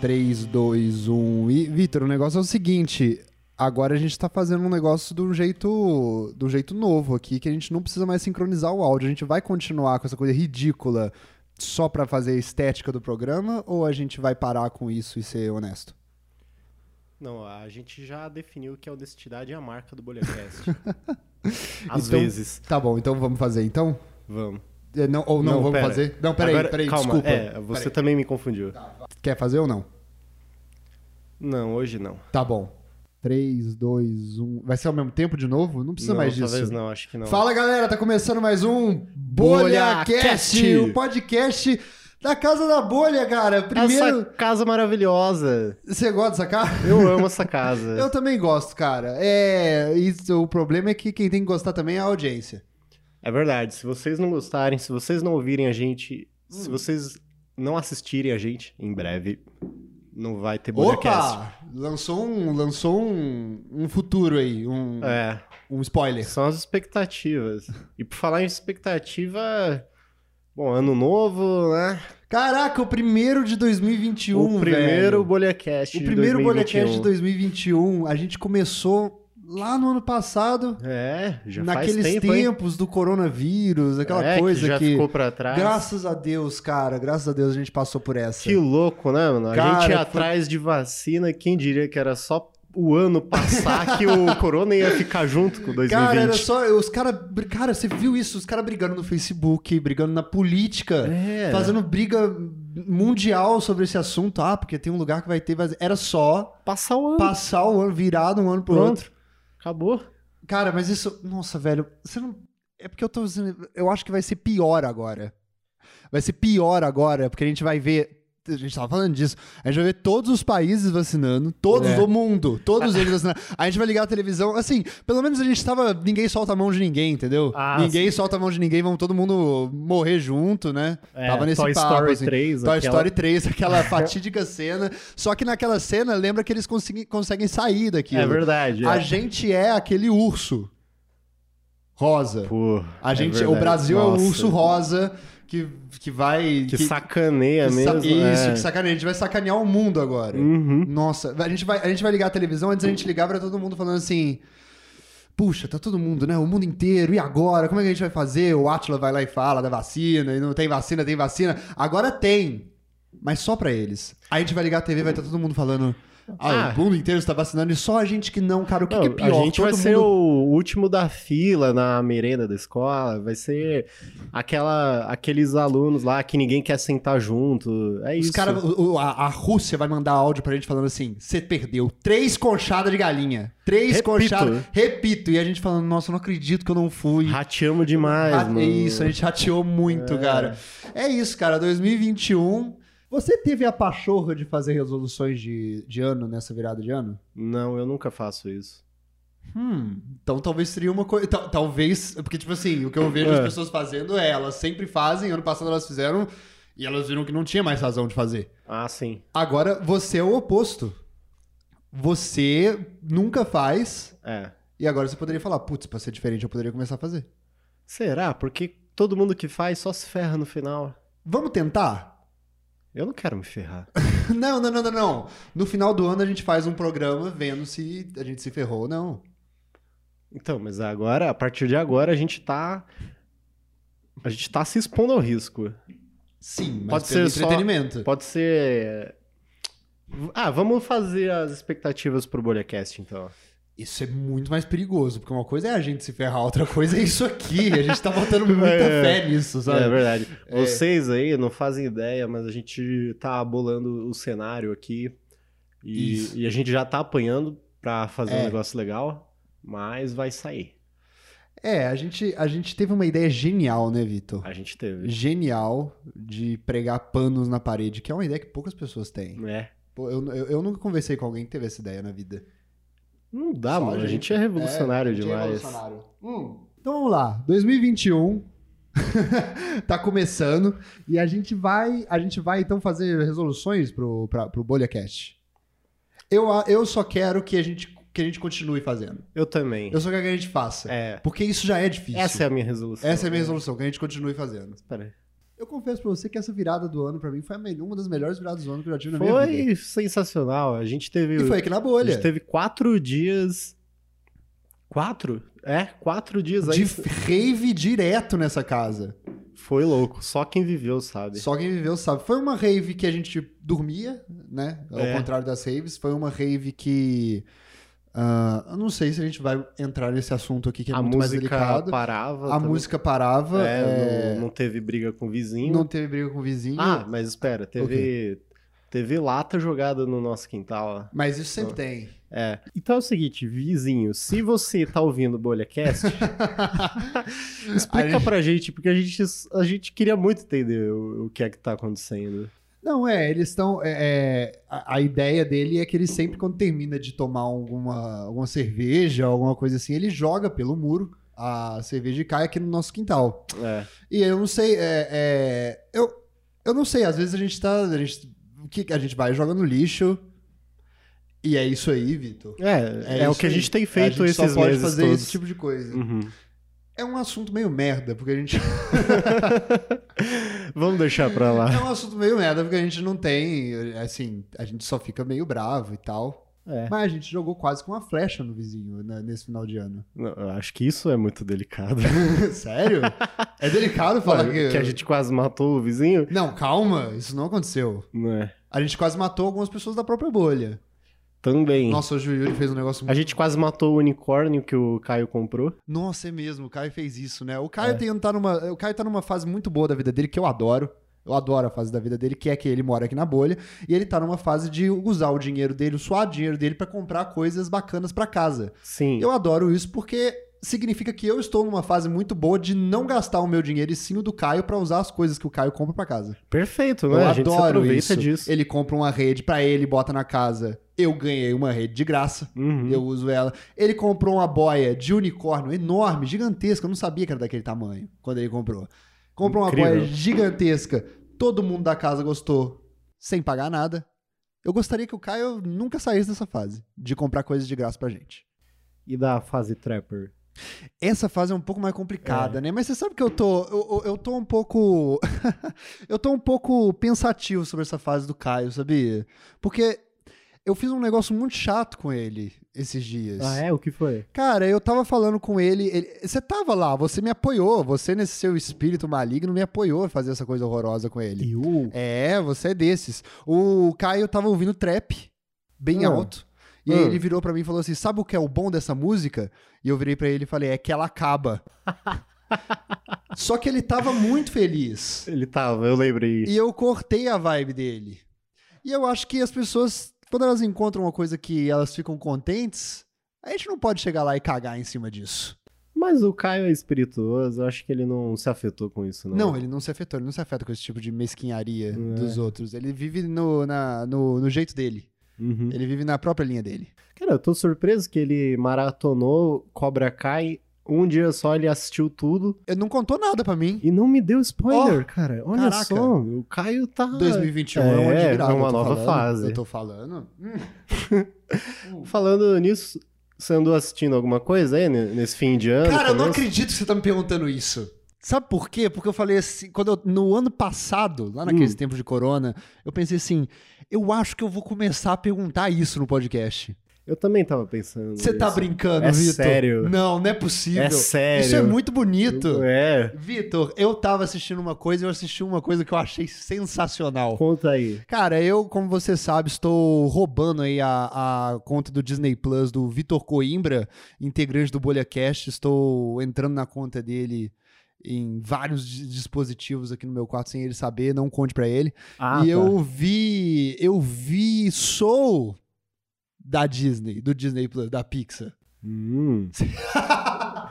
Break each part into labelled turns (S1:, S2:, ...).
S1: 3, 2, 1 e. Vitor, o negócio é o seguinte. Agora a gente tá fazendo um negócio de um jeito, de um jeito novo aqui, que a gente não precisa mais sincronizar o áudio. A gente vai continuar com essa coisa ridícula só pra fazer a estética do programa ou a gente vai parar com isso e ser honesto?
S2: Não, a gente já definiu que a honestidade é a marca do Bolhacast. Às
S1: Então-
S2: vezes.
S1: Tá bom, então vamos fazer então?
S2: Vamos.
S1: É, Não, ou não,
S2: Não,
S1: vamos
S2: pera.
S1: fazer? Não, peraí,
S2: Agora-
S1: peraí,
S2: calma,
S1: desculpa.
S2: É, você
S1: Peraí.
S2: também me confundiu.
S1: Quer fazer ou não?
S2: Não, hoje não.
S1: Tá bom. 3, 2, 1. Vai ser ao mesmo tempo de novo? Não precisa
S2: não,
S1: mais disso.
S2: Talvez não, acho que não.
S1: Fala galera, tá começando mais um BolhaCast,
S2: BolhaCast.
S1: o podcast da Casa da Bolha, cara. Primeiro,
S2: Essa casa maravilhosa.
S1: você gosta dessa casa?
S2: Eu amo essa casa.
S1: Eu também gosto, cara. É, isso, o problema é que quem tem que gostar também é a audiência.
S2: É verdade. Se vocês não gostarem, se vocês não ouvirem a gente,
S1: Hum.
S2: se vocês não assistirem a gente, em breve não vai ter podcast.
S1: Opa! Lançou um, lançou um, um futuro aí, um,
S2: É,
S1: um spoiler.
S2: são as expectativas. E por falar em expectativa, bom, ano novo, né?
S1: Caraca, o primeiro de 2021,
S2: o primeiro
S1: velho.
S2: Bolhacast
S1: O primeiro
S2: de
S1: BolhaCast de
S2: 2021.
S1: 2021, a gente começou lá no ano passado.
S2: É, já
S1: naqueles
S2: faz tempo, hein?
S1: tempos do coronavírus, aquela
S2: É,
S1: coisa
S2: que já
S1: que.
S2: ficou pra trás.
S1: Graças a Deus, cara, graças a Deus a gente passou por essa.
S2: Que louco, né, mano? A
S1: Cara,
S2: gente ia
S1: foi-
S2: atrás de vacina, quem diria que era só o ano passar que o corona ia ficar junto com o 2020.
S1: Cara, era só. Os caras. Cara, você viu isso? Os caras brigando no Facebook, brigando na política,
S2: É.
S1: fazendo briga mundial sobre esse assunto. Ah, porque tem um lugar que vai ter. vaz- Era só
S2: Passar o ano.
S1: passar o ano, virado um ano pro
S2: Pronto.
S1: outro.
S2: Acabou.
S1: Cara, mas isso. Nossa, velho, você não. É porque eu tô. dizendo- Eu acho que vai ser pior agora. Vai ser pior agora, porque a gente vai ver. A gente tava falando disso. A gente vai ver todos os países vacinando, todos
S2: É.
S1: do mundo, todos eles vacinando. A gente vai ligar a televisão. Assim, pelo menos a gente tava. Ninguém solta a mão de ninguém, entendeu?
S2: Ah,
S1: ninguém solta a mão de ninguém, vamos todo mundo morrer junto, né? tava nesse
S2: É, Toy
S1: papo.
S2: Story
S1: assim.
S2: 3.
S1: Toy
S2: aquela-
S1: Story 3, aquela fatídica cena. Só que naquela cena, lembra que eles conseguem, conseguem sair daquilo.
S2: É verdade.
S1: A
S2: é.
S1: gente é aquele urso rosa.
S2: Pô,
S1: A
S2: é
S1: gente, o
S2: verdade.
S1: Brasil é
S2: Nossa,
S1: o urso rosa que, que vai.
S2: Que, sacaneia
S1: que sa-
S2: mesmo.
S1: Isso,
S2: é.
S1: que sacaneia. A gente vai sacanear o mundo agora.
S2: Uhum.
S1: Nossa, a gente, vai, a gente vai ligar a televisão, antes a gente ligava pra todo mundo falando assim. Puxa, tá todo mundo, né? O mundo inteiro, e agora? Como é que a gente vai fazer? O Atila vai lá e fala da vacina, e não tem vacina, tem vacina. Agora tem, mas só pra eles. Aí a gente vai ligar a TV, vai estar todo mundo falando. Ah,
S2: Ah.
S1: o mundo inteiro está vacinando e só a gente que não, cara. O que,
S2: Não,
S1: que é pior?
S2: a gente vai
S1: Todo
S2: ser
S1: mundo-
S2: o último da fila na merenda da escola, vai ser aquela, aqueles alunos lá que ninguém quer sentar junto. É
S1: Os
S2: isso.
S1: cara, o- o- a, a Rússia vai mandar áudio pra gente falando assim: você perdeu três conchadas de galinha. Três
S2: Repito.
S1: conchadas. Repito. E a gente falando: nossa, eu não acredito que eu não fui.
S2: Rateamos demais,
S1: Ah,
S2: mano.
S1: é isso, a gente chateou muito, cara. É isso, cara. 2021. Você teve a pachorra de fazer resoluções de, de ano nessa virada de ano?
S2: Não, eu nunca faço isso.
S1: Hum. Então talvez seria uma coisa. tal- Talvez. Porque, tipo assim, o que eu vejo as
S2: É.
S1: pessoas fazendo é, elas sempre fazem, ano passado elas fizeram e elas viram que não tinha mais razão de fazer.
S2: Ah, sim.
S1: Agora, você é o oposto. Você nunca faz,
S2: É.
S1: e agora você poderia falar, putz, pra ser diferente, eu poderia começar a fazer.
S2: Será? Porque todo mundo que faz só se ferra no final.
S1: Vamos tentar?
S2: Eu não quero me ferrar.
S1: Não, não, não, não, não. No final do ano a gente faz um programa vendo se a gente se ferrou ou não.
S2: Então, mas agora, a partir de agora, a gente tá. A gente tá se expondo ao risco.
S1: Sim, mas
S2: Pode
S1: pelo
S2: ser só-
S1: entretenimento.
S2: Pode ser. Ah, vamos fazer as expectativas pro Bolhacast, então.
S1: Isso é muito mais perigoso, porque uma coisa é a gente se ferrar, outra coisa é isso aqui. A gente tá botando muita
S2: É.
S1: fé nisso,
S2: É
S1: sabe?
S2: verdade. Vocês aí não fazem ideia, mas a gente tá bolando o cenário aqui.
S1: Isso.
S2: E, e a gente já tá apanhando pra fazer
S1: É.
S2: um negócio legal, mas vai sair.
S1: É, a, gente, a gente teve uma ideia genial, né, Vitor?
S2: A gente teve.
S1: genial de pregar panos na parede, que é uma ideia que poucas pessoas têm.
S2: É.
S1: Pô, Eu, eu, eu nunca conversei com alguém que teve essa ideia na vida.
S2: Não dá,
S1: Só
S2: mano. A gente é revolucionário
S1: a gente é
S2: demais.
S1: revolucionário. Hum. Então vamos lá, 2021 tá começando e a gente vai, a gente vai então fazer resoluções pro, pra, pro BolhaCast. Eu, a- eu só quero que a, gente, que a gente continue fazendo.
S2: Eu também.
S1: Eu só quero que a gente faça.
S2: É.
S1: Porque isso já é difícil.
S2: Essa é a minha resolução.
S1: Essa é a minha resolução, que a gente continue fazendo.
S2: Pera aí.
S1: Eu confesso pra você que essa virada do ano, pra mim, foi a melhor- uma das melhores viradas do ano que eu já tive na minha vida.
S2: Foi sensacional. A gente teve.
S1: E foi aqui na
S2: a
S1: bolha.
S2: gente teve quatro dias. Quatro? É, quatro dias
S1: De
S2: aí.
S1: rave direto nessa casa.
S2: Foi louco. Só quem viveu sabe.
S1: Só quem viveu sabe. Foi uma rave que a gente dormia, né? Ao
S2: É.
S1: contrário das raves. Foi uma rave que. ah, eu não sei se a gente vai entrar nesse assunto aqui que é
S2: a
S1: muito mais
S2: música
S1: delicado.
S2: parava.
S1: a
S2: também.
S1: música parava.
S2: É,
S1: é,
S2: Não, não teve briga com o vizinho.
S1: não teve briga com o vizinho.
S2: Ah, mas espera, teve. Teve lata jogada no nosso quintal. ó.
S1: Mas isso sempre tem.
S2: É. Então é o seguinte, vizinho, se você tá ouvindo o BolhaCast,
S1: A
S2: explica
S1: gente-
S2: pra gente, porque a gente, a gente queria muito entender o, o que é que tá acontecendo.
S1: Não, é, eles estão. é, é, a, a ideia dele é que ele sempre, quando termina de tomar alguma, alguma cerveja, alguma coisa assim, ele joga pelo muro a cerveja e cai aqui no nosso quintal.
S2: É.
S1: E eu não sei, é, é, eu, eu não sei, às vezes a gente tá. A gente, o que que a gente vai joga no lixo. E é isso aí, Vitor.
S2: É, é, o
S1: isso
S2: que a
S1: aí.
S2: gente tem feito
S1: a gente
S2: esses
S1: só pode
S2: meses
S1: fazer
S2: todos.
S1: esse tipo de coisa.
S2: Uhum.
S1: É um assunto meio merda, porque a gente
S2: Vamos deixar pra lá.
S1: É um assunto meio merda, porque a gente não tem. Assim, a gente só fica meio bravo e tal.
S2: É.
S1: Mas a gente jogou quase com uma flecha no vizinho né, nesse final de ano.
S2: Não, eu acho que isso é muito delicado.
S1: Sério? é delicado falar que.
S2: que a gente quase matou o vizinho,
S1: Não, calma, isso não aconteceu.
S2: não é?
S1: A gente quase matou algumas pessoas da própria bolha.
S2: Também.
S1: Nossa, hoje o Yuri fez um negócio
S2: A
S1: muito.
S2: gente quase matou o unicórnio que o Caio comprou.
S1: Nossa, é mesmo, o Caio fez isso, né? O Caio,
S2: É.
S1: tem, tá numa, o Caio tá numa fase muito boa da vida dele, que eu adoro. Eu adoro a fase da vida dele, que é que ele mora aqui na bolha. E ele tá numa fase de usar o dinheiro dele, suar o dinheiro dele pra comprar coisas bacanas pra casa.
S2: Sim.
S1: Eu adoro isso porque significa que eu estou numa fase muito boa de não gastar o meu dinheiro e sim o do Caio pra usar as coisas que o Caio compra pra casa.
S2: Perfeito,
S1: Eu
S2: né? a gente se
S1: adoro
S2: aproveita
S1: isso.
S2: disso.
S1: Ele compra uma rede pra ele, bota na casa. Eu ganhei uma rede de graça.
S2: Uhum.
S1: Eu uso ela. Ele comprou uma boia de unicórnio enorme, gigantesca. Eu não sabia que era daquele tamanho quando ele comprou. Comprou uma
S2: Incrível.
S1: boia gigantesca. Todo mundo da casa gostou, sem pagar nada. Eu gostaria que o Caio nunca saísse dessa fase de comprar coisas de graça pra gente.
S2: E da fase Trapper.
S1: Essa fase é um pouco mais complicada,
S2: É.
S1: né? Mas você sabe que eu tô. Eu, eu- eu tô um pouco. eu tô um pouco pensativo sobre essa fase do Caio, sabia? Porque eu fiz um negócio muito chato com ele esses dias.
S2: Ah, é? O que foi?
S1: Cara, eu tava falando com ele, ele- Você tava lá, você me apoiou. Você, nesse seu espírito maligno, me apoiou a fazer essa coisa horrorosa com ele.
S2: o
S1: É, você é desses. O Caio tava ouvindo trap, bem
S2: Ah.
S1: alto. E aí
S2: Ah.
S1: ele virou pra mim e falou assim: Sabe o que é o bom dessa música? E eu virei pra ele e falei: É que ela acaba. Só que ele tava muito feliz.
S2: Ele tava, eu lembrei.
S1: E eu cortei a vibe dele. E eu acho que as pessoas, quando elas encontram uma coisa que elas ficam contentes, a gente não pode chegar lá e cagar em cima disso.
S2: Mas o Caio é espirituoso, eu acho que ele não se afetou com isso, não.
S1: Não, ele não se afetou, ele não se afeta com esse tipo de mesquinharia
S2: É.
S1: dos outros. Ele vive no, na- no- no jeito dele.
S2: Uhum.
S1: Ele vive na própria linha dele.
S2: Cara, eu tô surpreso que ele maratonou Cobra Kai. Um dia só ele assistiu tudo
S1: Ele não contou nada pra mim.
S2: e não me deu spoiler,
S1: Ó,
S2: cara. Olha
S1: Oh, caraca.
S2: só, o Caio tá.
S1: 2021 é, um ano de
S2: é,
S1: virada,
S2: é uma
S1: eu tô
S2: nova
S1: falando,
S2: fase.
S1: Eu tô falando. Hum.
S2: Falando nisso, você andou assistindo alguma coisa aí ne- nesse fim de ano?
S1: Cara, eu não
S2: começo?
S1: acredito que você tá me perguntando isso. Sabe por quê? Porque eu falei assim, quando eu- no ano passado, lá naqueles
S2: Hum.
S1: tempos de corona, eu pensei assim, eu acho que eu vou começar a perguntar isso no podcast.
S2: Eu também tava pensando.
S1: Você tá
S2: nisso.
S1: brincando,
S2: É
S1: Vitor?
S2: sério?
S1: Não, não é possível.
S2: É sério.
S1: Isso é muito bonito.
S2: É,
S1: Vitor, eu tava assistindo uma coisa e eu assisti uma coisa que eu achei sensacional.
S2: conta aí.
S1: Cara, eu, como você sabe, estou roubando aí a, a conta do Disney Plus do Vitor Coimbra, integrante do BolhaCast. Estou entrando na conta dele em vários di- dispositivos aqui no meu quarto sem ele saber, não conte pra ele.
S2: Ah,
S1: e
S2: tá.
S1: eu vi, eu vi Soul da Disney, do Disney Plus, da Pixar.
S2: Hum.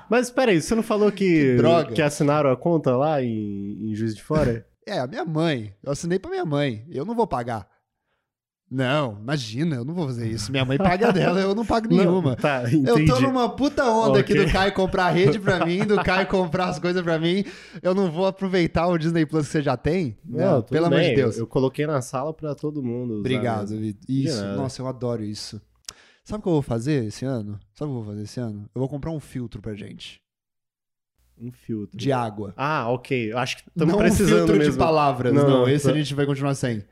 S2: Mas peraí, você não falou que,
S1: Que droga.
S2: que assinaram a conta lá em, em Juiz de Fora?
S1: É, a minha mãe. Eu assinei pra minha mãe. Eu não vou pagar. Não, imagina, eu não vou fazer isso. Minha mãe paga a dela, eu não pago nenhuma.
S2: Não, tá,
S1: Eu
S2: entendi.
S1: tô numa puta onda aqui
S2: Ok.
S1: do Caio comprar a rede pra mim, do Caio comprar as coisas pra mim. Eu não vou aproveitar o Disney Plus que você já tem?
S2: Não, tudo
S1: pelo amor
S2: bem,
S1: de Deus.
S2: Eu, eu coloquei na sala pra todo mundo. usar né?
S1: Obrigado,
S2: mesmo.
S1: Vitor.
S2: De
S1: Isso,
S2: nada.
S1: nossa, eu adoro isso. Sabe o que eu vou fazer esse ano? Sabe o que eu vou fazer esse ano? Eu vou comprar um filtro pra gente.
S3: Um filtro.
S1: de água.
S2: Ah, ok. Eu Acho que
S1: não
S2: estamos
S1: um
S2: precisando
S1: filtro
S2: mesmo.
S1: de palavras, não.
S2: Não,
S1: esse
S2: tá.
S1: a gente vai continuar sem.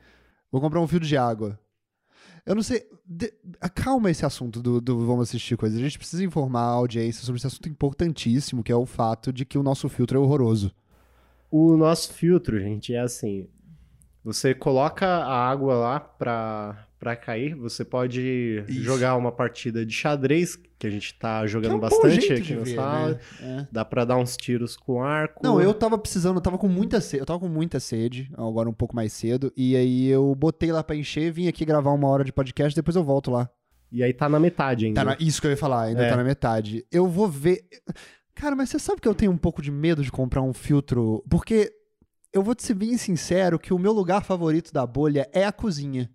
S1: Vou comprar um filtro de água. Eu não sei. de- acalma esse assunto do, do vamos assistir coisas. A gente precisa informar a audiência sobre esse assunto importantíssimo, que é o fato de que o nosso filtro é horroroso.
S2: O nosso filtro, gente, é assim. Você coloca a água lá pra, pra cair, você pode
S1: Isso.
S2: jogar uma partida de xadrez, que a gente tá jogando
S1: Que é um bom
S2: bastante
S1: jeito
S2: aqui
S1: de
S2: na
S1: ver,
S2: sala.
S1: né? É.
S2: Dá pra dar uns tiros com arco.
S1: Não, eu tava precisando, eu tava com muita sede, eu tava com muita sede, agora um pouco mais cedo, e aí eu botei lá pra encher, vim aqui gravar uma hora de podcast, depois eu volto lá.
S2: E aí tá na metade ainda.
S1: Tá na- isso que eu ia falar, ainda
S2: É.
S1: tá na metade. Eu vou ver. Cara, mas você sabe que eu tenho um pouco de medo de comprar um filtro, porque eu vou te ser bem sincero que o meu lugar favorito da bolha é a cozinha.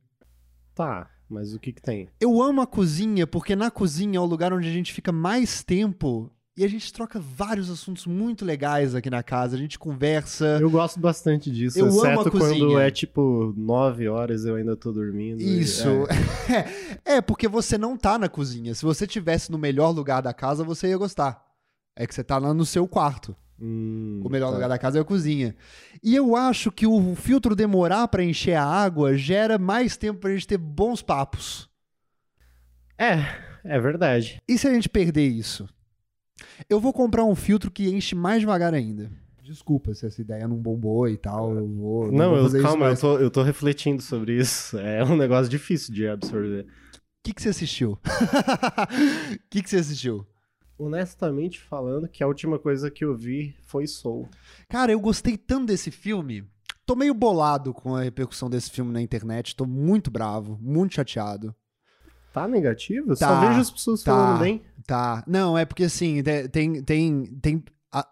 S2: Tá, mas o que que tem?
S1: Eu amo a cozinha porque na cozinha é o lugar onde a gente fica mais tempo e a gente troca vários assuntos muito legais aqui na casa. A gente conversa.
S2: Eu gosto bastante disso,
S1: Eu amo
S2: exceto
S1: a cozinha.
S2: quando é tipo 9 horas eu ainda tô dormindo. e-
S1: Isso. É. porque você não tá na cozinha. Se você tivesse no melhor lugar da casa, você ia gostar. É que você tá lá no seu quarto.
S2: É. Hum,
S1: O melhor
S2: tá.
S1: lugar da casa é a cozinha. E eu acho que o filtro demorar pra encher a água gera mais tempo pra gente ter bons papos.
S2: É, é verdade.
S1: E se a gente perder isso? Eu vou comprar um filtro que enche mais devagar ainda. Desculpa se essa ideia não bombou e tal. Eu vou.
S2: Não,
S1: vou fazer
S2: eu,
S1: isso
S2: calma,
S1: mais.
S2: eu tô, eu tô refletindo sobre isso. É um negócio difícil de absorver.
S1: O que, que você assistiu? O que, que você assistiu?
S2: honestamente falando que a última coisa que eu vi foi Soul.
S1: Cara, eu gostei tanto desse filme. Tô meio bolado com a repercussão desse filme na internet. Tô muito bravo, muito chateado.
S2: Tá negativo? Eu
S1: Tá,
S2: Só vejo as pessoas
S1: tá.
S2: falando bem.
S1: Tá. Não, é porque assim, te- tem. tem, tem a-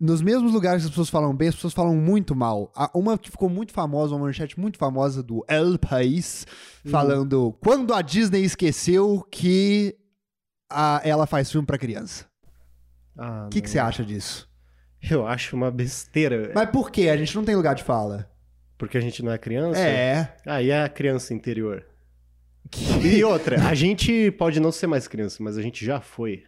S1: nos mesmos lugares que as pessoas falam bem, as pessoas falam muito mal. A- uma que ficou muito famosa, uma manchete muito famosa do El País,
S2: Uhum.
S1: falando quando a Disney esqueceu que a- ela faz filme pra criança.
S2: Ah,
S1: O que que
S2: não.
S1: você acha disso?
S2: Eu acho uma besteira.
S1: Mas por quê? A gente não tem lugar de fala.
S2: Porque a gente não é criança.
S1: É.
S2: Aí é a criança interior.
S1: Que-
S2: E outra, a gente pode não ser mais criança, mas a gente já foi.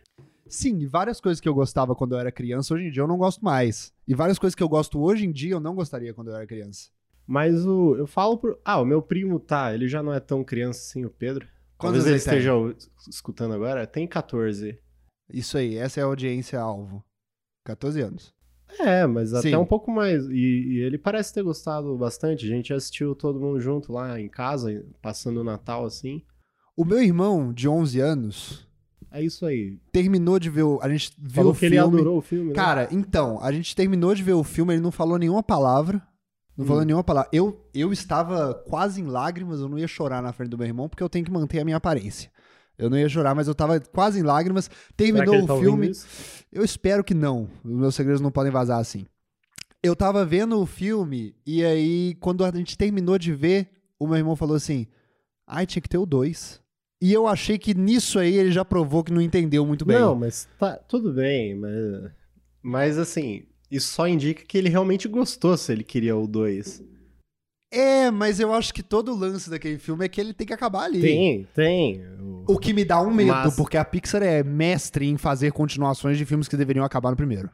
S1: Sim, várias coisas que eu gostava quando eu era criança, hoje em dia eu não gosto mais. E várias coisas que eu gosto hoje em dia eu não gostaria quando eu era criança.
S2: Mas o, eu falo pro. Ah, o meu primo tá, ele já não é tão criança assim, o Pedro.
S1: Quantos
S2: Talvez ele
S1: ele tem?
S2: esteja o- escutando agora. Tem 14.
S1: Isso aí, essa é a audiência alvo. 14 anos.
S2: É, mas
S1: Sim.
S2: até um pouco mais. E, e ele parece ter gostado bastante. A gente assistiu todo mundo junto lá em casa, passando o Natal assim.
S1: O meu irmão, de 11 anos,
S2: É isso aí.
S1: terminou de ver o. A gente viu
S2: Falou
S1: o
S2: que
S1: filme.
S2: ele adorou o filme, né?
S1: Cara, então, a gente terminou de ver o filme, ele não falou nenhuma palavra. Não falou
S2: Hum.
S1: nenhuma palavra. Eu, eu estava quase em lágrimas, eu não ia chorar na frente do meu irmão, porque eu tenho que manter a minha aparência. Eu não ia chorar, mas eu tava quase em lágrimas.
S2: Será que
S1: Terminou
S2: ele tá
S1: o um
S2: ouvindo
S1: filme.
S2: isso?
S1: Eu espero que não. Os meus segredos não podem vazar assim. Eu tava vendo o filme e aí, quando a gente terminou de ver, o meu irmão falou assim: ai, tinha que ter o 2. E eu achei que nisso aí ele já provou que não entendeu muito bem.
S2: Não, mas tá tudo bem, mas mas assim, isso só indica que ele realmente gostou se ele queria o 2.
S1: É, mas eu acho que todo o lance daquele filme é que ele tem que acabar ali.
S2: Tem, tem. O-
S1: O que me dá um medo,
S2: Mas-
S1: porque a Pixar é mestre em fazer continuações de filmes que deveriam acabar no primeiro.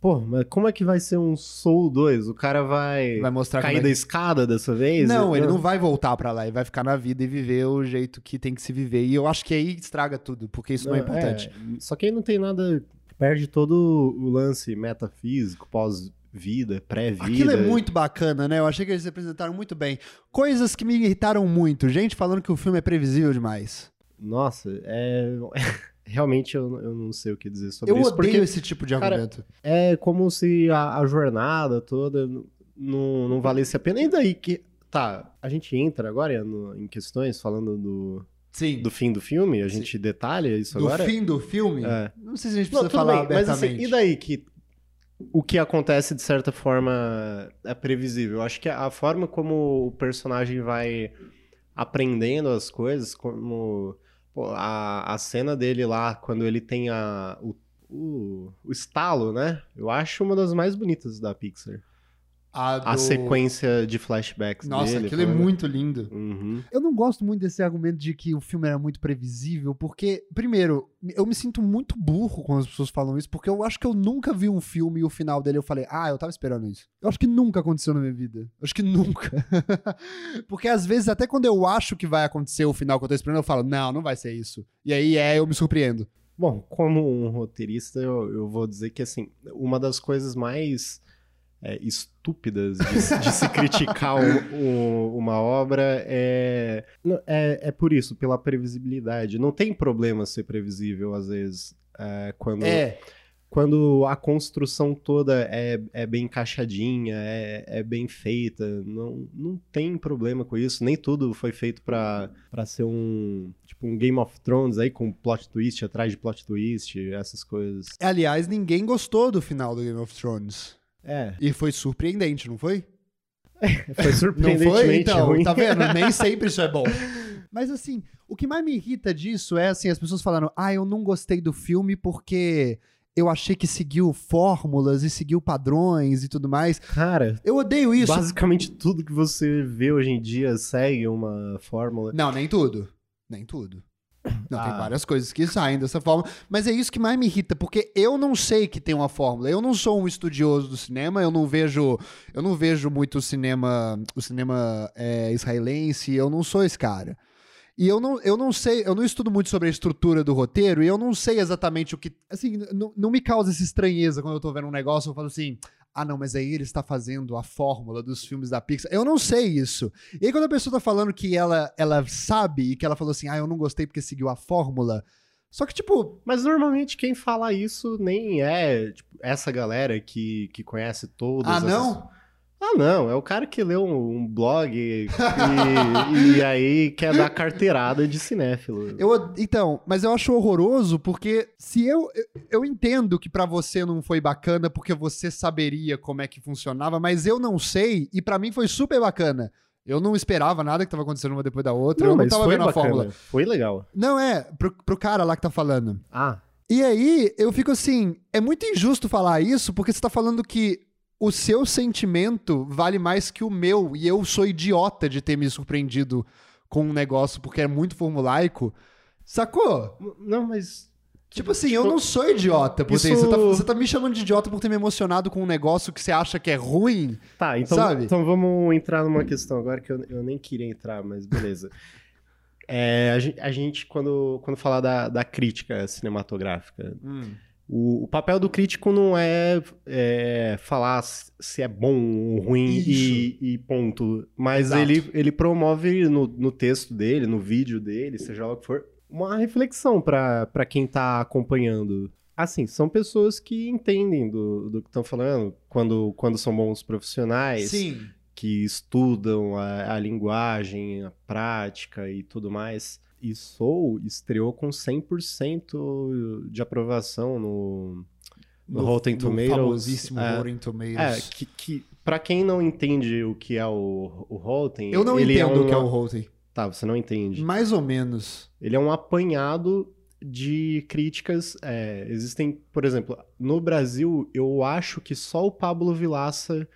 S2: Pô, mas como é que vai ser um Soul 2? O cara vai,
S1: Vai mostrar
S2: cair
S1: como é
S2: da escada dessa vez?
S1: Não, ele não vai voltar pra lá, ele vai ficar na vida e viver o jeito que tem que se viver. E eu acho que aí estraga tudo, porque isso não, é importante.
S2: Só que aí não tem nada. Perde todo o lance metafísico, pós-vida, pré-vida.
S1: Aquilo é muito bacana, né? Eu achei que eles representaram muito bem. Coisas que me irritaram muito. Gente falando que o filme é previsível demais.
S2: Nossa, é. Realmente eu, eu não sei o que dizer sobre
S1: eu
S2: isso.
S1: odeio
S2: porque
S1: esse tipo de
S2: cara,
S1: argumento.
S2: É como se a, a jornada toda n- não, não valesse a pena. E daí que. Tá, a gente entra agora no- em questões falando do,
S1: Sim.
S2: do
S1: Do,
S2: fim do filme, a gente detalha isso agora.
S1: fim do filme?
S2: É.
S1: Não sei se a gente
S2: Não,
S1: precisa
S2: tudo
S1: falar
S2: bem, mas assim,
S1: abertamente.
S2: e daí que o que acontece de certa forma é previsível? Eu acho que a forma como o personagem vai aprendendo as coisas, como pô, a, a cena dele lá, quando ele tem a, o, o, o estalo, né? Eu acho uma das mais bonitas da Pixar.
S1: A,
S2: a
S1: do-
S2: sequência de flashbacks
S1: Nossa,
S2: dele.
S1: aquilo é
S2: falando-
S1: muito lindo.
S2: Uhum.
S1: Eu não gosto muito desse argumento de que o filme era muito previsível, porque, primeiro, eu me sinto muito burro quando as pessoas falam isso, porque eu acho que eu nunca vi um filme e o final dele eu falei, ah, eu tava esperando isso. Eu acho que nunca aconteceu na minha vida. Eu acho que nunca. porque às vezes, até quando eu acho que vai acontecer o final que eu tô esperando, eu falo, não, não vai ser isso. E aí é, eu me surpreendo.
S2: Bom, como um roteirista, eu, eu vou dizer que, assim, uma das coisas mais é, estúpidas de, se- de se criticar um- um- uma obra é, não, é. É por isso, pela previsibilidade. Não tem problema ser previsível, às vezes, é, quando.
S1: É,
S2: quando a construção toda é, é bem encaixadinha, é, é bem feita, não, não tem problema com isso. Nem tudo foi feito pra pra ser um tipo um Game of Thrones aí com plot twist atrás de plot twist, essas coisas.
S1: aliás, ninguém gostou do final do Game of Thrones.
S2: É,
S1: E foi surpreendente, não foi?
S2: foi
S1: Não
S2: surpreendentemente
S1: foi? Então,
S2: ruim.
S1: tá vendo? Nem sempre isso é bom. Mas assim, o que mais me irrita disso é assim, as pessoas falando: "Ah, eu não gostei do filme porque eu achei que seguiu fórmulas e seguiu padrões e tudo mais".
S2: Cara,
S1: Eu odeio isso.
S2: basicamente tudo que você vê hoje em dia segue uma fórmula.
S1: Não, nem tudo. Nem tudo. Não, tem
S2: Ah.
S1: várias coisas que saem dessa forma. Mas é isso que mais me irrita, porque eu não sei que tem uma fórmula. Eu não sou um estudioso do cinema, eu não vejo. Eu não vejo muito o cinema. O cinema é, israelense, eu não sou esse cara. E eu não, eu não sei, eu não estudo muito sobre a estrutura do roteiro e eu não sei exatamente o que. Assim, n- n- não me causa essa estranheza quando eu tô vendo um negócio, eu falo assim. Ah, não, mas aí ele está fazendo a fórmula dos filmes da Pixar. Eu não sei isso. E aí, quando a pessoa tá falando que ela, ela sabe e que ela falou assim, ah, eu não gostei porque seguiu a fórmula. Só que, tipo,
S2: Mas normalmente quem fala isso nem é tipo, essa galera que, que conhece todos.
S1: ah, não?
S2: Ah, não, é o cara que leu um, um blog e, e aí quer dar carteirada de cinéfilo.
S1: Eu, od- então, mas eu acho horroroso porque se eu. eu- Eu entendo que pra você não foi bacana porque você saberia como é que funcionava, mas eu não sei e pra mim foi super bacana. Eu não esperava nada que tava acontecendo uma depois da outra, eu não
S2: mas
S1: tava vendo a
S2: bacana,
S1: fórmula.
S2: Foi legal.
S1: Não, é, pro, pro cara lá que tá falando.
S2: Ah,
S1: E aí, eu fico assim, é muito injusto falar isso, porque você tá falando que o seu sentimento vale mais que o meu, e eu sou idiota de ter me surpreendido com um negócio porque é muito formulaico. Sacou?
S2: m- não, mas.
S1: Tipo assim, eu não sou idiota por ter
S2: Isso-
S1: Você tá, você tá me chamando de idiota por ter me emocionado com um negócio que você acha que é ruim?
S2: Tá, então,
S1: Sabe?
S2: então vamos entrar numa questão agora que eu, eu nem queria entrar, mas beleza. É, a gen- a gente, quando, quando falar da, da crítica cinematográfica, o, o papel do crítico não é, é, falar se se é bom ou ruim
S1: Isso.
S2: e, e ponto. Mas
S1: Exato.
S2: ele, ele promove no, no texto dele, no vídeo dele, seja lá o que for, uma reflexão pra pra quem tá acompanhando. Assim, são pessoas que entendem do, do que estão falando quando, quando são bons profissionais
S1: Sim.
S2: que estudam a, a linguagem, a prática e tudo mais. E Soul estreou com 100% de aprovação no, no Rotten Tomatoes.
S1: famosíssimo
S2: É.
S1: Rotten Tomatoes.
S2: É, que, que para quem não entende o que é o, o Rotten...
S1: eu não
S2: ele
S1: entendo
S2: é um,
S1: o que é o Rotten.
S2: Tá, você não entende.
S1: Mais ou menos.
S2: Ele é um apanhado de críticas. é, existem, por exemplo, no Brasil, eu acho que só o Pablo Vilaça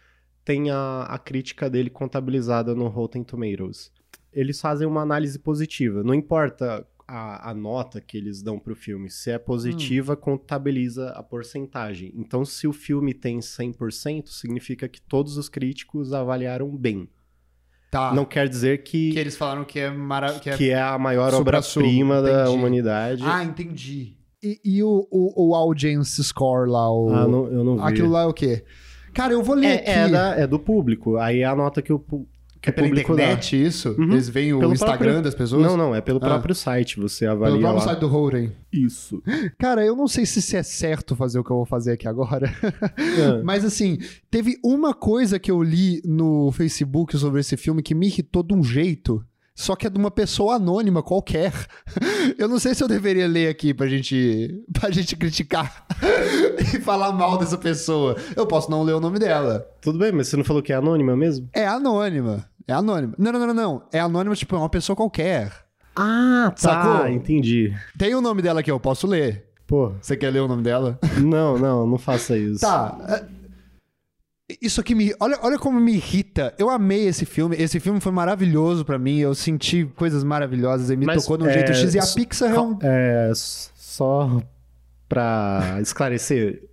S2: tem a, a crítica dele contabilizada no Rotten Tomatoes. Eles fazem uma análise positiva. Não importa a, a nota que eles dão pro filme. Se é
S1: Hum.
S2: positiva, contabiliza a porcentagem. Então, se o filme tem 100%, significa que todos os críticos avaliaram bem.
S1: Tá.
S2: Não quer dizer
S1: Que eles falaram que é maravilhoso.
S2: que é a maior
S1: Supra-sumo,
S2: obra-prima da
S1: entendi.
S2: humanidade.
S1: Ah, entendi. E, e o, o, o audience score lá, o...
S2: Ah, não- eu não vi.
S1: aquilo lá é o quê? Cara, eu vou ler aqui.
S2: é, é da- é do público. Aí é a nota que o, pu- que
S1: É
S2: o
S1: pela
S2: público
S1: internet isso?
S2: Uhum.
S1: Eles veem o
S2: Pelo
S1: Instagram
S2: próprio-
S1: das
S2: dá.
S1: pessoas?
S2: Não, não, é pelo
S1: Ah.
S2: próprio site você avalia
S1: Pelo próprio
S2: lá.
S1: site do Roten.
S2: Isso.
S1: Cara, eu não sei se isso é certo fazer o que eu vou fazer aqui agora.
S2: É.
S1: Mas assim, teve uma coisa que eu li no Facebook sobre esse filme que me irritou de um jeito. Só que é de uma pessoa anônima qualquer. Eu não sei se eu deveria ler aqui pra gente, pra gente criticar e falar mal dessa pessoa. Eu posso não ler o nome dela.
S2: Tudo bem, mas você não falou que é anônima mesmo?
S1: É anônima. É anônima. Não, não, não, não, não. É anônima, tipo, é uma pessoa qualquer.
S2: Ah, tá.
S1: Sacou?
S2: entendi.
S1: Tem o nome dela que eu posso ler.
S2: Pô,
S1: Você quer ler o nome dela?
S2: não, não, não faça isso.
S1: Tá. é- Isso aqui me. Olha, olha como me irrita. Eu amei esse filme. Esse filme foi maravilhoso pra mim. Eu senti coisas maravilhosas. Ele me
S2: Mas,
S1: tocou de um
S2: é,
S1: jeito X. E a
S2: s-
S1: Pixar é um.
S2: É, s- só pra esclarecer,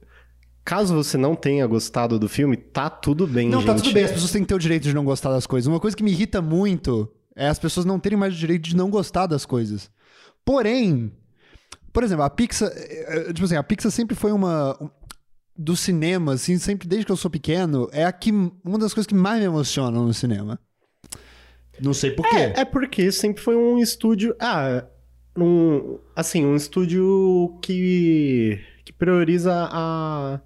S2: caso você não tenha gostado do filme, tá tudo bem,
S1: Não, tá
S2: gente.
S1: tudo bem. As pessoas têm que ter o direito de não gostar das coisas. Uma coisa que me irrita muito é as pessoas não terem mais o direito de não gostar das coisas. Porém, por exemplo, a Pixar. eh, eh, Tipo assim, a Pixar sempre foi uma. um- Do cinema, assim, sempre desde que eu sou pequeno, é a que, uma das coisas que mais me emocionam no cinema. Não sei por quê.
S2: É porque sempre foi um estúdio. Ah, um, assim, um estúdio que, que prioriza a,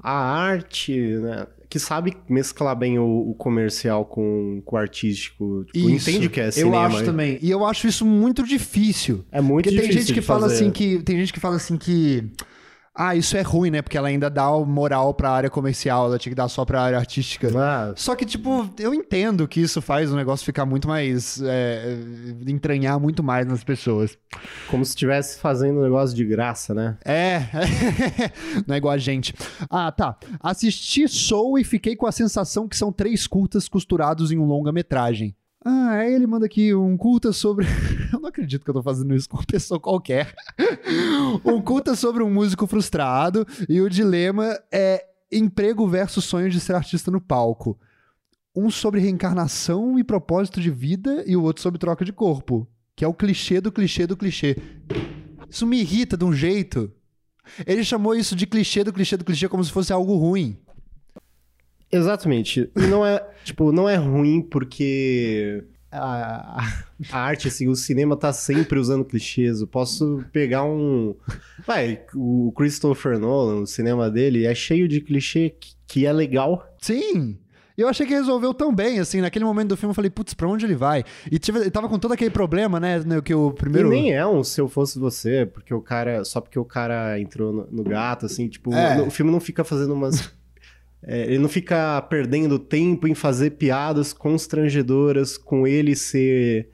S2: a arte, né? Que sabe mesclar bem o, o comercial com, com o artístico. Tipo,
S1: Isso.
S2: entende o que é cinema.
S1: Eu acho também. E eu acho isso muito difícil.
S2: É muito
S1: Porque tem
S2: difícil
S1: gente que
S2: de
S1: fala
S2: fazer.
S1: assim que. Tem gente que fala assim que. Ah, isso é ruim, né? Porque ela ainda dá o moral pra área comercial, ela tinha que dar só pra área artística.
S2: Ah,
S1: Só que, tipo, eu entendo que isso faz o negócio ficar muito mais. é, entranhar muito mais nas pessoas.
S2: como se estivesse fazendo um negócio de graça, né?
S1: É. Não é igual a gente. Ah, tá. Assisti Soul e fiquei com a sensação que são três curtas costurados em um longa-metragem. Ah, aí ele manda aqui um curta sobre. eu não acredito que eu tô fazendo isso com uma pessoa qualquer. um curta sobre um músico frustrado e o dilema é emprego versus sonho de ser artista no palco. Um sobre reencarnação e propósito de vida e o outro sobre troca de corpo, que é o clichê do clichê do clichê. Isso me irrita de um jeito. Ele chamou isso de clichê do clichê do clichê como se fosse algo ruim.
S2: Exatamente. E não é, tipo, não é ruim porque a,
S1: Ah,
S2: a arte, assim, o cinema tá sempre usando clichês. Eu posso pegar um... Vai, o Christopher Nolan, o cinema dele, é cheio de clichê que, que é legal.
S1: Sim. E eu achei que resolveu tão bem, assim, naquele momento do filme eu falei, putz, pra onde ele vai? E tive- ele tava com todo aquele problema, né, né, que o primeiro...
S2: E nem é um Se Eu Fosse Você, porque o cara... Só porque o cara entrou no, no gato, assim, tipo...
S1: É.
S2: no- o filme não fica fazendo umas... é, ele não fica perdendo tempo em fazer piadas constrangedoras com ele ser...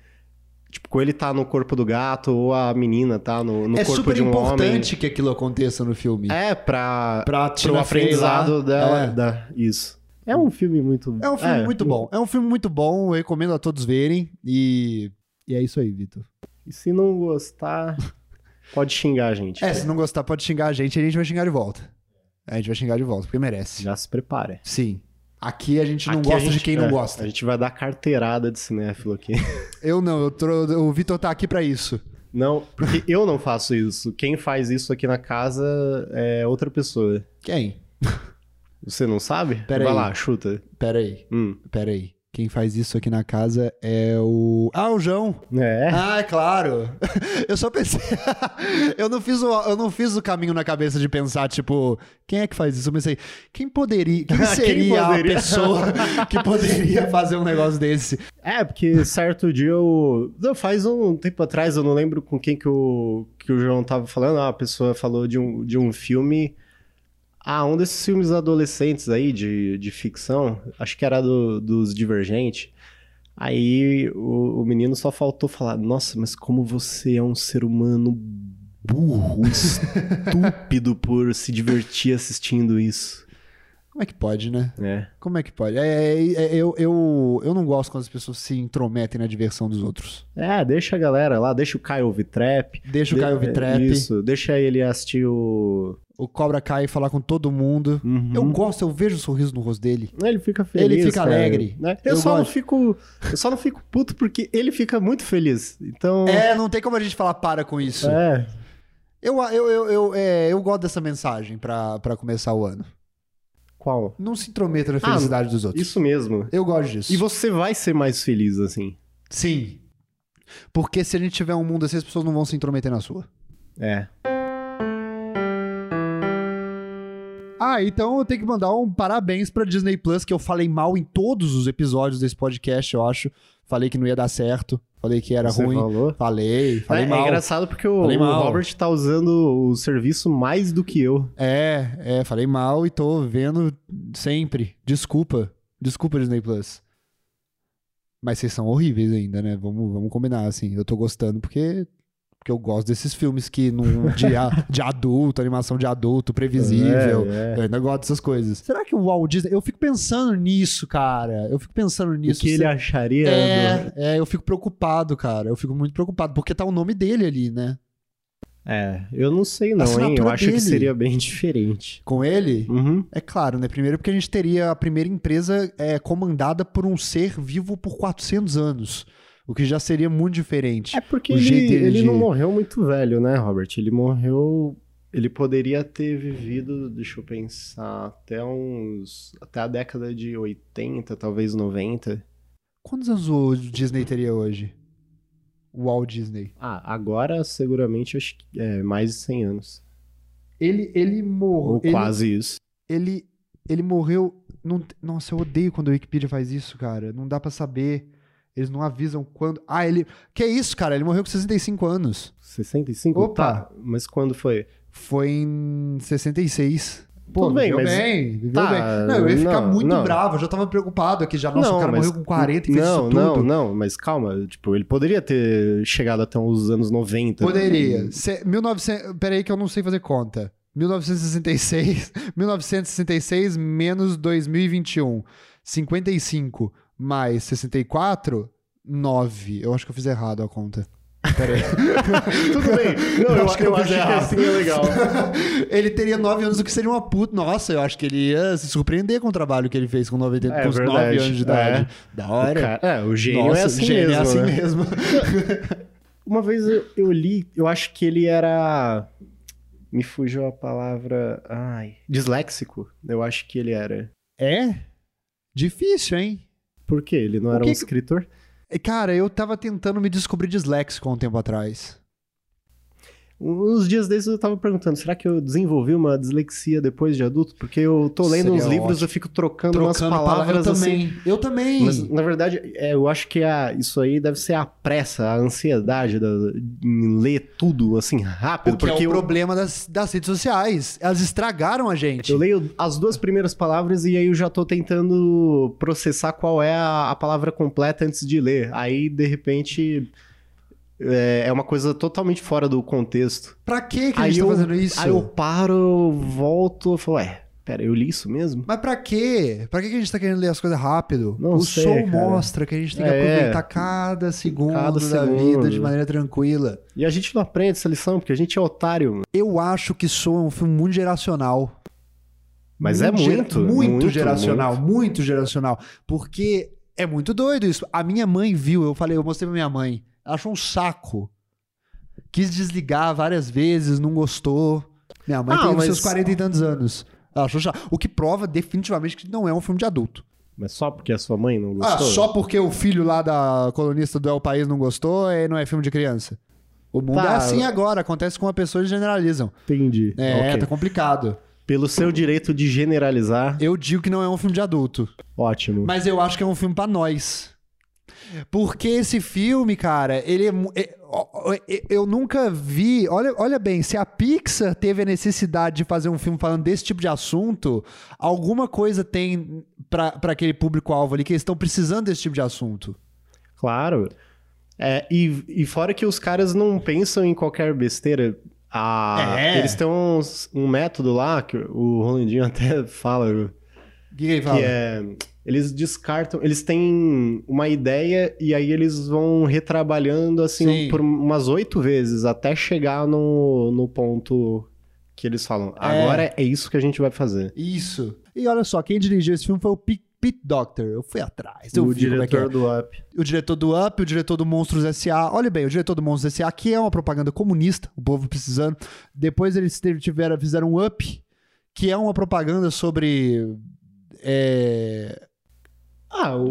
S2: Tipo, com ele tá no corpo do gato ou a menina tá no, no
S1: é
S2: corpo
S1: super
S2: de um
S1: importante que aquilo aconteça no filme.
S2: homem. É, pra...
S1: pra
S2: pro
S1: Tina Fey lá.
S2: aprendizado dela.
S1: É.
S2: da- isso. É um filme muito...
S1: É um filme muito bom. É um filme muito bom, eu recomendo a todos verem. E, e é isso aí, Vitor.
S2: E se não gostar, pode xingar a gente. Tá?
S1: É, se não gostar, pode xingar a gente e a gente vai xingar de volta. A gente vai xingar de volta, porque merece.
S2: Já se prepare.
S1: Sim. Aqui a gente não
S2: Aqui a
S1: gosta de
S2: gente-
S1: quem
S2: é,
S1: não gosta.
S2: A gente vai dar carteirada de cinéfilo aqui.
S1: Eu não, eu tro... o Vitor tá aqui pra isso.
S2: Não, porque eu não faço isso. Quem faz isso aqui na casa é outra pessoa.
S1: Quem?
S2: Você não sabe?
S1: Pera
S2: vai
S1: aí.
S2: lá, chuta.
S1: Pera aí,
S2: Hum.
S1: pera aí. Quem faz isso aqui na casa é o. Ah, o João!
S2: É.
S1: Ah, é claro! Eu só pensei. eu, não fiz o, eu não fiz o caminho na cabeça de pensar, tipo, quem é que faz isso? Eu pensei, quem poderia. Quem
S2: Quem
S1: seria
S2: poderia?
S1: a pessoa que poderia fazer um negócio desse?
S2: É, porque certo dia eu. não, Faz um tempo atrás, eu não lembro com quem que o, que o João tava falando. Ah, a pessoa falou de um, de um filme. Ah, um desses filmes adolescentes aí, de, de ficção. Acho que era do- dos Divergente. Aí o, o menino só faltou falar: Nossa, mas como você é um ser humano burro, estúpido por se divertir assistindo isso.
S1: Como é que pode, né?
S2: É.
S1: Como é que pode? É, é, é, eu, eu, eu não gosto quando as pessoas se intrometem na diversão dos outros.
S2: É, deixa a galera lá, deixa o Caio ouvir trap.
S1: Deixa o
S2: De- é,
S1: Caio ouvir trap,
S2: Isso, deixa ele assistir o.
S1: o Cobra Kai falar com todo mundo. Eu
S2: Uhum.
S1: gosto, eu vejo o sorriso no rosto dele.
S2: Ele fica feliz.
S1: Ele fica
S2: cara.
S1: alegre.
S2: Né? Eu,
S1: Eu
S2: só não
S1: gosto.
S2: fico. Eu só não fico puto porque ele fica muito feliz. Então.
S1: É, não tem como a gente falar para com isso.
S2: é.
S1: Eu, eu, eu, eu, é, eu gosto dessa mensagem pra, pra começar o ano.
S2: Qual?
S1: Não se intrometa na
S2: Ah,
S1: felicidade dos outros.
S2: Isso mesmo.
S1: Eu gosto disso.
S2: E você vai ser mais feliz assim.
S1: Sim. Porque se a gente tiver um mundo assim, as pessoas não vão se intrometer na sua.
S2: É.
S1: Ah, então eu tenho que mandar um parabéns pra Disney Plus, que eu falei mal em todos os episódios desse podcast, eu acho. Falei que não ia dar certo. Falei que era
S2: você
S1: ruim.
S2: falou.
S1: Falei, falei
S2: é, é
S1: mal.
S2: engraçado porque o,
S1: Falei
S2: o
S1: mal.
S2: Robert tá usando o serviço mais do que eu.
S1: É, é, falei mal e tô vendo sempre. Desculpa. Desculpa, Disney Plus. Mas vocês são horríveis ainda, né? Vamos, vamos combinar, assim. Eu tô gostando porque Porque eu gosto desses filmes que num dia de adulto, animação de adulto, previsível.
S2: É, é.
S1: Eu ainda gosto dessas coisas.
S3: Será que o Walt Disney. Eu fico pensando nisso, cara. Eu fico pensando
S2: O
S3: nisso.
S2: que ele
S3: Se-
S2: acharia do-
S3: é,
S1: assim. É, eu fico preocupado, cara. Eu fico muito preocupado, porque tá o nome dele ali, né?
S2: É, eu não sei não, hein? Eu
S1: assinatura
S2: acho
S1: dele.
S2: que seria bem diferente.
S1: Com ele,
S2: Uhum.
S1: É claro, né? Primeiro porque a gente teria a primeira empresa é, comandada por um ser vivo por 400 anos, o que já seria muito diferente.
S2: É porque
S1: O
S2: ele,
S1: jeito dele
S2: ele
S1: de-
S2: não morreu muito velho, né, Robert? Ele morreu. Ele poderia ter vivido, deixa eu pensar, até uns. Até a década de 80, talvez 90.
S1: Quantos anos o Disney teria hoje? O Walt Disney.
S2: Ah, agora seguramente acho que é mais de 100 anos.
S1: Ele, ele
S2: Ou
S1: morreu.
S2: quase isso.
S1: Ele, ele morreu. não te- nossa, eu odeio quando a Wikipedia faz isso, cara. Não dá pra saber. Eles não avisam quando. Ah, ele. Que isso, cara? Ele morreu com 65 anos.
S2: 65?
S1: Opa!
S2: Tá, mas quando foi?
S1: Foi em 66. Pô,
S2: Tudo bem,
S1: viveu
S2: mas-
S1: bem, viveu
S2: Tá,
S1: bem. Não, eu ia ficar
S2: não,
S1: muito
S2: não.
S1: bravo, eu já tava preocupado aqui já. Nossa, o cara
S2: mas-
S1: morreu com 40 e fez
S2: não,
S1: isso tudo.
S2: Não, não, mas calma. Tipo, ele poderia ter chegado até os anos 90.
S1: Poderia. Se, 1900, peraí que eu não sei fazer conta. 1966, 1966 menos 2021, 55 mais 64, 9. Eu acho que eu fiz errado a conta. Peraí.
S2: Tudo bem. Não, eu, acho que, eu acho que
S1: errado.
S2: assim é legal.
S1: ele teria 9 anos, o que seria uma puta. Nossa, eu acho que ele ia se surpreender com o trabalho que ele fez com 90,
S2: É
S1: com os 9
S2: verdade,
S1: anos de idade. Da hora.
S2: O cara- é, o gênio
S1: Nossa,
S2: é assim
S1: gênio
S2: mesmo.
S1: é assim
S2: né?
S1: mesmo.
S2: Uma vez eu, eu li, eu acho que ele era. Me fugiu a palavra. Ai. Disléxico. Eu acho que ele era.
S1: É? Difícil, hein?
S2: Por quê? Ele não
S1: O
S2: era
S1: que
S2: um
S1: que-
S2: escritor?
S1: E, Cara, eu tava tentando me descobrir disléxico há um tempo atrás.
S2: Uns dias desses eu tava perguntando, será que eu desenvolvi uma dislexia depois de adulto? Porque eu tô lendo
S1: Seria
S2: uns livros,
S1: ótimo.
S2: eu fico trocando, umas palavras
S1: eu
S2: assim.
S1: também. Eu também.
S2: Mas, na verdade, é, eu acho que a- isso aí deve ser a pressa, a ansiedade da- em ler tudo, assim, rápido.
S1: o que é o
S2: eu,
S1: problema das, das redes sociais. Elas estragaram a gente.
S2: eu leio as duas primeiras palavras e aí eu já tô tentando processar qual é a, a palavra completa antes de ler. Aí, de repente, é, é uma coisa totalmente fora do contexto.
S1: Pra que que a
S2: Aí
S1: gente
S2: eu-
S1: tá fazendo isso?
S2: Aí eu paro, volto, eu falo, é, pera, eu li isso mesmo?
S1: Mas pra quê? Pra que que a gente tá querendo ler as coisas rápido?
S2: Não
S1: o
S2: sei,
S1: show
S2: cara.
S1: mostra que a gente tem que
S2: É.
S1: aproveitar cada segundo
S2: Cada
S1: da
S2: segundo.
S1: vida de maneira tranquila.
S2: E a gente não aprende essa lição porque a gente é otário, mano.
S1: Eu acho que sou um filme muito geracional.
S2: Mas é
S1: gera-
S2: muito,
S1: muito,
S2: muito,
S1: geracional, muito. geracional, porque é muito doido isso. A minha mãe viu, eu falei, eu mostrei pra minha mãe, ela achou um saco. Quis desligar várias vezes, não gostou. Minha mãe
S2: Ah,
S1: tem os
S2: mas-
S1: seus 40 e tantos anos. Ela achou chato. O que prova definitivamente que não é um filme de adulto.
S2: Mas só porque a sua mãe não gostou?
S1: Ah, só porque o filho lá da colunista do El País não gostou, é, não é filme de criança. O mundo é
S2: Tá.
S1: assim agora, acontece com uma pessoa e generalizam.
S2: Entendi.
S1: É,
S2: Ok.
S1: tá complicado.
S2: Pelo seu direito de generalizar,
S1: Eu digo que não é um filme de adulto.
S2: ótimo.
S1: Mas eu acho que é um filme pra nós. Porque esse filme, cara, ele é. mu- é- ó- ó- é- Eu nunca vi. Olha, olha bem, se a Pixar teve a necessidade de fazer um filme falando desse tipo de assunto, alguma coisa tem pra pra aquele público-alvo ali que eles estão precisando desse tipo de assunto.
S2: Claro. É, e, e fora que os caras não pensam em qualquer besteira. Ah,
S1: É.
S2: Eles têm uns- um método lá que o Rolandinho até fala,
S1: O que, que ele fala?
S2: que é. Eles descartam, eles têm uma ideia e aí eles vão retrabalhando assim
S1: Sim.
S2: por umas oito vezes até chegar no, no ponto que eles falam. Agora é isso que a gente vai fazer.
S1: Isso. E olha só, quem dirigiu esse filme foi o Pete, Pete Doctor. Eu fui atrás. Eu
S2: o
S1: vi como é que é.
S2: diretor do Up.
S1: o diretor do Up, o diretor do Monstros S.A. Olha bem, o diretor do Monstros S.A. que é uma propaganda comunista, o povo precisando. Depois eles te- tiveram, fizeram um Up, que é uma propaganda sobre. é,
S2: Ah, o.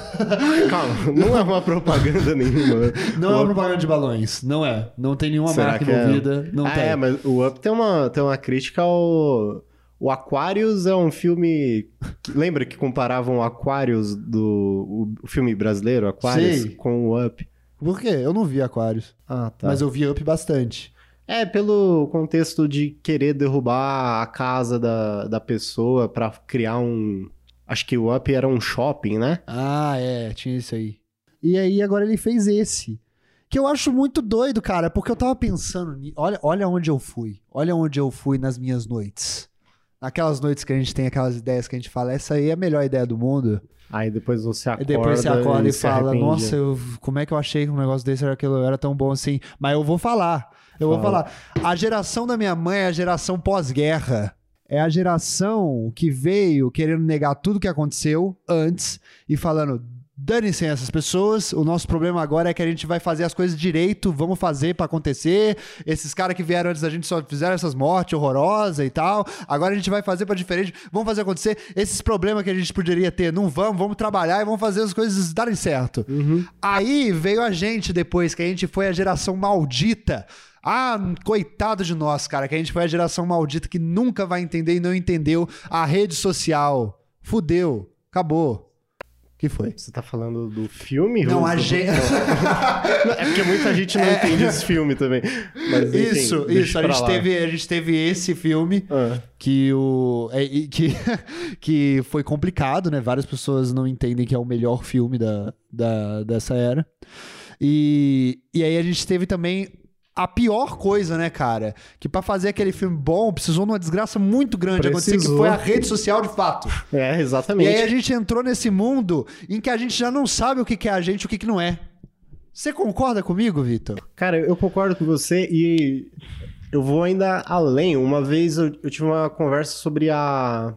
S2: Calma, não é uma propaganda nenhuma.
S1: Não é
S2: O
S1: uma
S2: Up-
S1: propaganda de balões, não é. Não tem nenhuma
S2: Será
S1: marca
S2: que é?
S1: envolvida, não
S2: ah,
S1: tem.
S2: é, mas o Up tem uma, tem uma crítica ao. O Aquarius é um filme. que- Lembra que comparavam o Aquarius do. O, o filme brasileiro, Aquarius,
S1: Sei.
S2: com o Up?
S1: Por quê? Eu não vi Aquários,
S2: Ah, tá.
S1: mas eu vi Up bastante.
S2: É, pelo contexto de querer derrubar a casa da, da pessoa pra criar um. Acho que o Up era um shopping, né?
S1: Ah, é, tinha isso aí.
S3: E aí agora ele fez esse.
S1: Que eu acho muito doido, cara, porque eu tava pensando. ni- Olha, olha onde eu fui. Olha onde eu fui nas minhas noites. Naquelas noites que a gente tem aquelas ideias que a gente fala, essa aí é a melhor ideia do mundo.
S2: Aí depois você acorda.
S1: E depois você acorda e,
S2: se
S1: fala,
S2: arrepende.
S1: nossa, eu- como é que eu achei que um negócio desse era, aquilo, era tão bom assim? Mas eu vou falar. Eu vou
S2: Fala.
S1: falar. A geração da minha mãe é a geração pós-guerra. É a geração que veio querendo negar tudo que aconteceu antes e falando. Dane-se essas pessoas, o nosso problema agora é que a gente vai fazer as coisas direito, vamos fazer pra acontecer. Esses caras que vieram antes da gente só fizeram essas mortes horrorosas e tal. Agora a gente vai fazer pra diferente, vamos fazer acontecer. Esses problemas que a gente poderia ter, não vamos, vamos trabalhar e vamos fazer as coisas darem certo.
S2: Uhum.
S1: Aí veio a gente depois, que a gente foi a geração maldita. Ah, coitado de nós, cara, que a gente foi a geração maldita que nunca vai entender e não entendeu a rede social. Fudeu, acabou. que foi?
S2: Você tá falando do filme?
S1: Não,
S2: Russo?
S1: a gente.
S2: Não, É porque muita gente não entende esse filme também. Mas, enfim,
S1: isso,
S2: deixa
S1: isso. A
S2: pra
S1: gente,
S2: lá.
S1: teve, a gente teve esse filme
S2: Ah,
S1: que o é, e que, que foi complicado, né? Várias pessoas não entendem que é o melhor filme da, da, dessa era. E, e aí a gente teve também a pior coisa, né, cara? Que pra fazer aquele filme bom, precisou de uma desgraça muito grande acontecer, que
S2: Precisou.
S1: foi a rede social de fato.
S2: é,
S1: E
S2: exatamente.
S1: aí a gente entrou nesse mundo em que a gente já não sabe o que que é a gente e o que que não é. Você concorda comigo, Vitor?
S2: Cara, eu concordo com você e eu vou ainda além. Uma vez eu, eu tive uma conversa sobre a,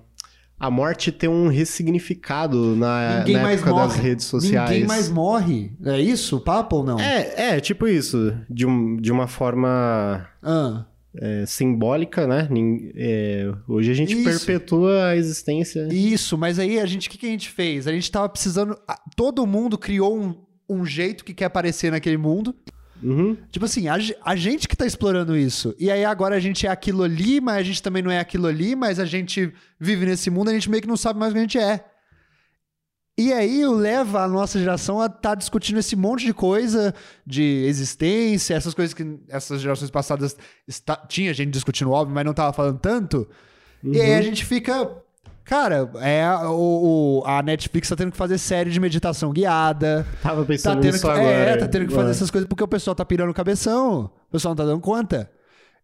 S2: a morte ter um ressignificado na,
S1: Ninguém
S2: É, na
S1: mais
S2: época das
S1: morre.
S2: redes sociais.
S1: Ninguém mais morre. É isso? o Papo ou não?
S2: É, é, tipo isso. De, um, de uma forma
S1: Ah.
S2: é, simbólica, né? Nin- é, hoje a gente
S1: Isso.
S2: perpetua a existência.
S1: Isso, mas aí a gente, o que, que a gente fez? A gente tava precisando. a- Todo mundo criou um, um jeito que quer aparecer naquele mundo.
S2: Uhum.
S1: Tipo assim, a, ge- a gente que tá explorando isso. E aí agora a gente é aquilo ali, mas a gente também não é aquilo ali, mas a gente vive nesse mundo, a gente meio que não sabe mais o que a gente é. E aí o leva a nossa geração a estar discutindo esse monte de coisa de existência, essas coisas que essas gerações passadas está- tinha gente discutindo, óbvio, mas não tava falando tanto. E aí a gente fica. Cara, é a- o, o- a Netflix tá tendo que fazer série de meditação guiada.
S2: Tava
S1: Tá
S2: pensando
S1: tendo,
S2: nisso
S1: que,
S2: agora.
S1: é, tá tendo que fazer
S2: Ué.
S1: essas coisas porque o pessoal tá pirando o cabeção. O pessoal não tá dando conta.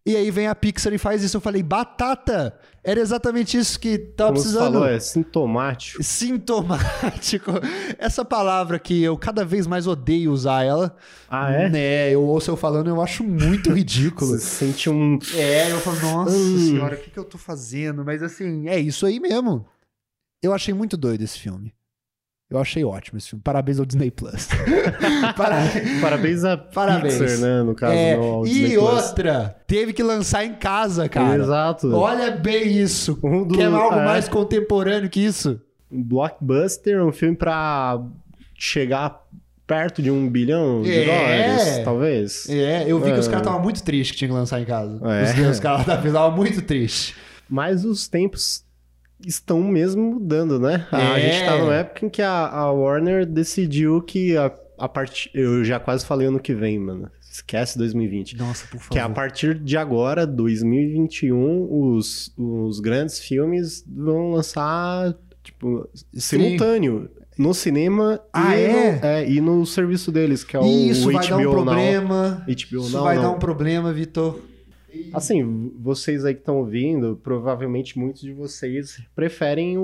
S1: E aí vem a Pixar e faz isso. Eu falei, batata! Era exatamente isso que tava
S2: Como você
S1: precisando.
S2: falou, é sintomático.
S1: Sintomático. Essa palavra que eu cada vez mais odeio usar ela.
S2: Ah, é?
S1: Né, eu ouço eu falando, eu acho muito ridículo.
S2: Você sente um.
S1: É, eu falo, nossa
S2: Hum.
S1: senhora, o que, que eu tô fazendo? Mas assim, é isso aí mesmo. Eu achei muito doido esse filme. Eu achei ótimo esse filme. Parabéns ao Disney Plus. Parabéns.
S2: Parabéns a
S1: Parabéns.
S2: Pixar, né? No caso,
S1: É,
S2: não ao Disney
S1: e
S2: Plus.
S1: outra, teve que lançar em casa, cara.
S2: Exato.
S1: Olha bem isso.
S2: Um do-
S1: Quer algo
S2: é,
S1: mais contemporâneo que isso?
S2: Um blockbuster, um filme pra chegar perto de um bilhão de
S1: É.
S2: dólares, talvez.
S1: É, eu vi que os
S2: É.
S1: caras estavam muito tristes que tinha que lançar em casa.
S2: É.
S1: Os, os caras estavam muito tristes.
S2: Mas os tempos estão mesmo mudando, né? A
S1: É.
S2: gente tá numa época em que a, a Warner decidiu que a, a partir. Eu já quase falei ano que vem, mano. Esquece 2020.
S1: Nossa, por favor.
S2: Que é a partir de agora, 2021, os, os grandes filmes vão lançar, tipo, simultâneo. No cinema
S1: Ah,
S2: e,
S1: é?
S2: no, e no serviço deles, que é o
S1: Isso
S2: HBO
S1: vai dar um
S2: Now.
S1: problema.
S2: HBO
S1: Isso
S2: Now,
S1: vai
S2: não.
S1: dar um problema, Vitor.
S2: Assim, vocês aí que estão ouvindo, provavelmente muitos de vocês preferem o,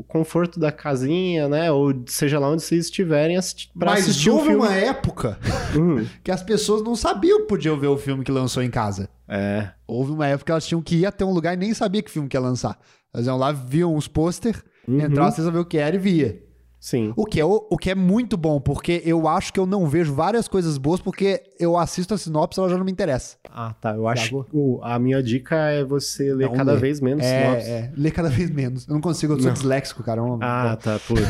S2: o conforto da casinha, né? Ou seja lá onde vocês estiverem assisti pra
S1: Mas
S2: assistir um
S1: houve
S2: filme.
S1: uma é. época
S2: Hum,
S1: que as pessoas não sabiam que podiam ver o filme que lançou em casa.
S2: é.
S1: Houve uma época que elas tinham que ir até um lugar e nem sabia que filme que ia lançar. Elas iam lá, viam os pôster,
S2: Uhum.
S1: entravam sem saber o que era e via.
S2: Sim.
S1: O que, é, o, o que é muito bom, porque eu acho que eu não vejo várias coisas boas, porque eu assisto a sinopse e ela já não me interessa.
S2: Ah, tá. Eu acho
S1: Thiago?
S2: que o- a minha dica é você ler
S1: Não
S2: cada
S1: lê.
S2: vez menos sinopse.
S1: É, é, lê cada vez menos. Eu não consigo, eu sou disléxico, cara. é um-
S2: Ah, tá, putz.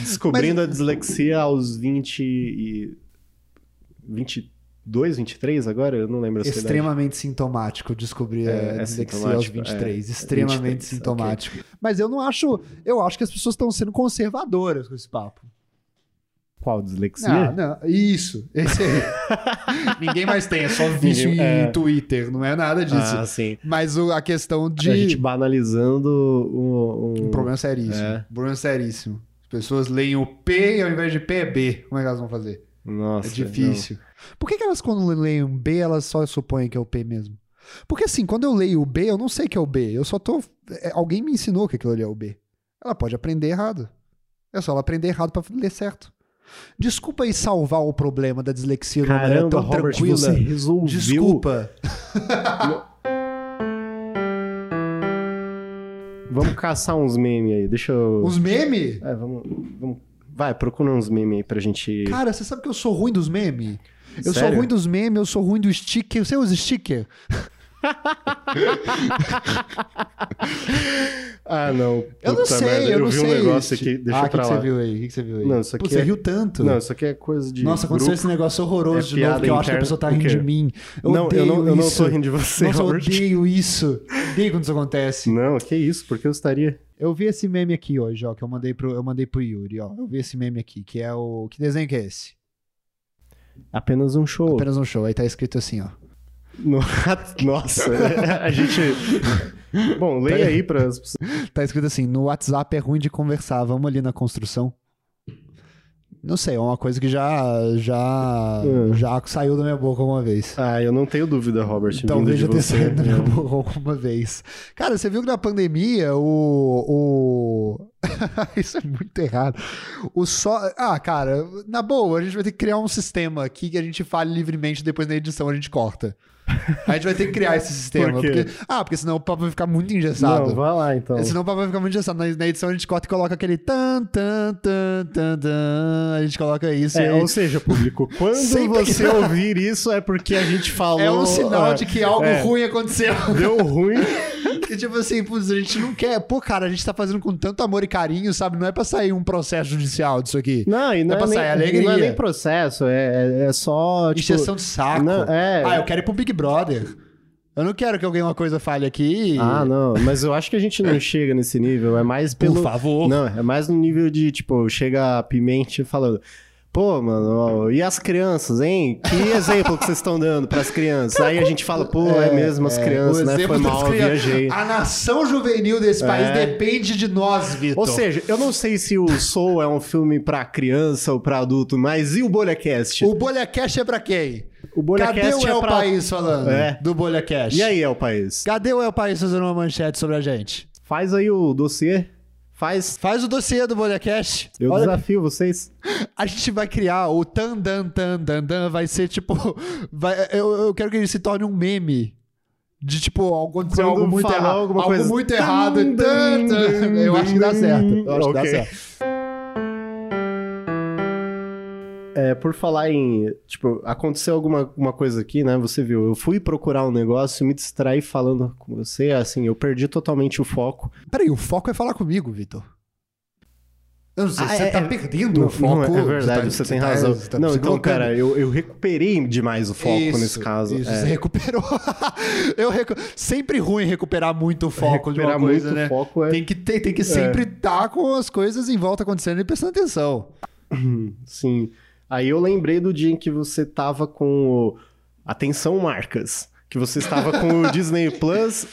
S2: Descobrindo a dislexia aos 20 e... 22, 23 agora? Eu não lembro a sua idade.
S1: é Extremamente sintomático descobrir
S2: É,
S1: a
S2: é
S1: dislexia aos
S2: sintomático,
S1: 23.
S2: é.
S1: extremamente
S2: 23,
S1: sintomático. Mas eu não acho. Eu acho que as pessoas estão sendo conservadoras com esse papo.
S2: Qual
S1: Ah,
S2: dislexia?
S1: não. Isso. Esse aí. Ninguém mais tem, é só vício em
S2: Ninguém- é.
S1: Twitter. Não é nada disso.
S2: ah, sim.
S1: Mas o- a questão de.
S2: A gente banalizando o... o-
S1: Um problema seríssimo.
S2: É.
S1: Um problema seríssimo. As pessoas leem o P e ao invés de P é B. Como é que elas vão fazer?
S2: Nossa.
S4: É difícil.
S1: Por que, que elas, quando leem um B, elas só supõem que é o P mesmo? Porque assim, quando eu leio o B, eu não sei que é o B. Eu só tô. é, Alguém me ensinou que aquilo ali é o B. Ela pode aprender errado. É só ela aprender errado pra ler certo. Desculpa aí salvar o problema da dislexia de uma maneira
S2: Caramba,
S1: tão
S2: Robert,
S1: tranquila.
S2: você resolveu.
S1: Desculpa.
S2: Vamos caçar uns memes aí. Deixa eu.
S1: Os memes?
S2: É, vamos, vamos- Vai, procura uns memes aí pra gente.
S1: Cara, você sabe que eu sou ruim dos memes? Eu sou
S2: Sério?
S1: ruim dos memes, eu sou ruim do sticker. Você usa sticker?
S2: Ah, não.
S1: Eu não
S2: Puta
S1: sei,
S2: merda,
S1: eu não
S2: vi
S1: sei.
S2: um negócio
S1: este-
S2: aqui. Deixa
S1: ah,
S2: eu pra
S1: que
S2: lá.
S1: que você viu aí? O que, que você viu aí?
S2: Não, isso
S1: Pô,
S2: aqui
S1: você
S2: é-
S1: riu tanto.
S2: Não, isso aqui é coisa de.
S1: Nossa, aconteceu
S2: grupo.
S1: esse negócio horroroso
S2: É
S1: de novo,
S2: piada
S1: que eu acho que a
S2: interna.
S1: pessoa tá
S2: O
S1: rindo
S2: quê?
S1: de mim. Eu
S2: Não,
S1: odeio
S2: eu não, eu não
S1: isso.
S2: tô rindo de você,
S1: Nossa, eu
S2: Robert.
S1: odeio isso. Odeio quando isso acontece.
S2: Não, que isso, porque eu estaria.
S1: Eu vi esse meme aqui hoje, ó, que eu mandei pro, eu mandei pro Yuri, ó. Eu vi esse meme aqui, que é o... Que desenho que é esse?
S2: Apenas um show.
S1: Apenas um show. Aí tá escrito assim, ó.
S2: No- Nossa, a gente. Bom, leia aí para as pessoas.
S1: Tá escrito assim, no WhatsApp é ruim de conversar, vamos ali na construção. Não sei, é uma coisa que já... Já...
S2: É.
S1: Já saiu da minha boca uma vez.
S2: Ah, eu não tenho dúvida, Robert. vindo
S1: Talvez
S2: de
S1: eu tenha
S2: você.
S1: saído da minha
S2: É.
S1: boca alguma vez. Cara, você viu que na pandemia o. o... Isso é muito errado. O só. Ah, cara, na boa, a gente vai ter que criar um sistema aqui que a gente fale livremente depois na edição a gente corta. A gente vai ter que criar esse sistema.
S2: Por quê?
S1: porque- Ah, porque senão o papo vai ficar muito
S2: Não,
S1: engessado.
S2: vai lá então.
S1: Senão o papo vai ficar muito engessado. Na, na edição a gente corta e coloca aquele tan, tan, tan, tan, tan. A gente coloca isso.
S2: É,
S1: e...
S2: ou seja, público, quando
S1: Sempre que-
S2: você ouvir isso é porque a gente falou.
S1: É um sinal
S2: ah,
S1: de que algo
S2: é.
S1: ruim aconteceu.
S2: Deu ruim.
S1: Que tipo assim, putz, a gente não quer. Pô, cara, a gente tá fazendo com tanto amor e carinho, sabe? Não é pra sair um processo judicial disso aqui.
S2: Não, e
S1: Dá
S2: não,
S1: pra
S2: é, nem,
S1: sair alegria.
S2: não é nem processo, é, é, é só. Tipo,
S1: Injeção de um saco.
S2: não, é.
S1: Ah, eu quero ir pro Big Brother. Eu não quero que alguém uma coisa fale aqui.
S2: Ah, não, mas eu acho que a gente não chega nesse nível, é mais
S1: Por
S2: pelo.
S1: favor.
S2: Não, é mais no nível de, tipo, chega a Pimente falando. Pô, mano, ó, e as crianças, hein? Que exemplo que vocês estão dando pras crianças? Aí a gente fala, pô, é, mesmo as crianças, né? Foi
S1: das
S2: mal, eu
S1: crianças. Ah,
S2: viajei. É.
S1: A nação juvenil desse país depende de nós, Vitor.
S2: Ou seja, eu não sei se o Soul é um filme pra criança ou pra adulto, mas e o BolhaCast?
S1: o Bolha Cash é pra quem? Cadê o
S2: O BolhaCast
S1: É
S2: é
S1: o
S2: pra...
S1: País falando
S2: É.
S1: do Bolha Cash?
S2: E aí, é o país?
S1: Cadê o É o País fazendo uma manchete sobre a gente?
S2: Faz aí o dossiê, faz...
S1: Faz o dossiê do Bolha Cash.
S2: Eu
S1: Olha
S2: desafio vocês.
S1: A gente vai criar o tan dan tan dan dan vai ser tipo vai- eu, eu quero que ele se torne um meme de tipo aconteceu
S2: Quando
S1: algo muito
S2: falar
S1: errado,
S2: alguma
S1: algo
S2: coisa-
S1: muito errado.
S2: Tan,
S1: tan, tan. eu acho que dá certo. Eu acho que
S2: Ok.
S1: dá certo.
S2: É, por falar em, tipo, aconteceu alguma uma coisa aqui, né? Você viu, eu fui procurar um negócio, me distraí falando com você, assim, eu perdi totalmente o foco.
S1: Peraí, o foco é falar comigo, Vitor. Eu não sei,
S2: Ah,
S1: você
S2: é-
S1: tá
S2: é-
S1: perdendo o foco.
S2: é verdade,
S1: tá-
S2: você, tem
S1: tá-
S2: razão.
S1: você tá
S2: não,
S1: se
S2: então,
S1: colocando.
S2: cara, eu, eu recuperei demais o foco
S1: Isso,
S2: nesse caso.
S1: Isso,
S2: é.
S1: você recuperou. eu recu... Sempre ruim recuperar muito o foco de uma
S2: É, Recuperar
S1: coisa,
S2: muito
S1: né?
S2: foco é...
S1: Tem que, ter, tem que sempre estar com as coisas em volta acontecendo e prestando atenção.
S2: Sim. Aí eu lembrei do dia em que você tava com o... Atenção, marcas. Que você estava com o Disney Plus.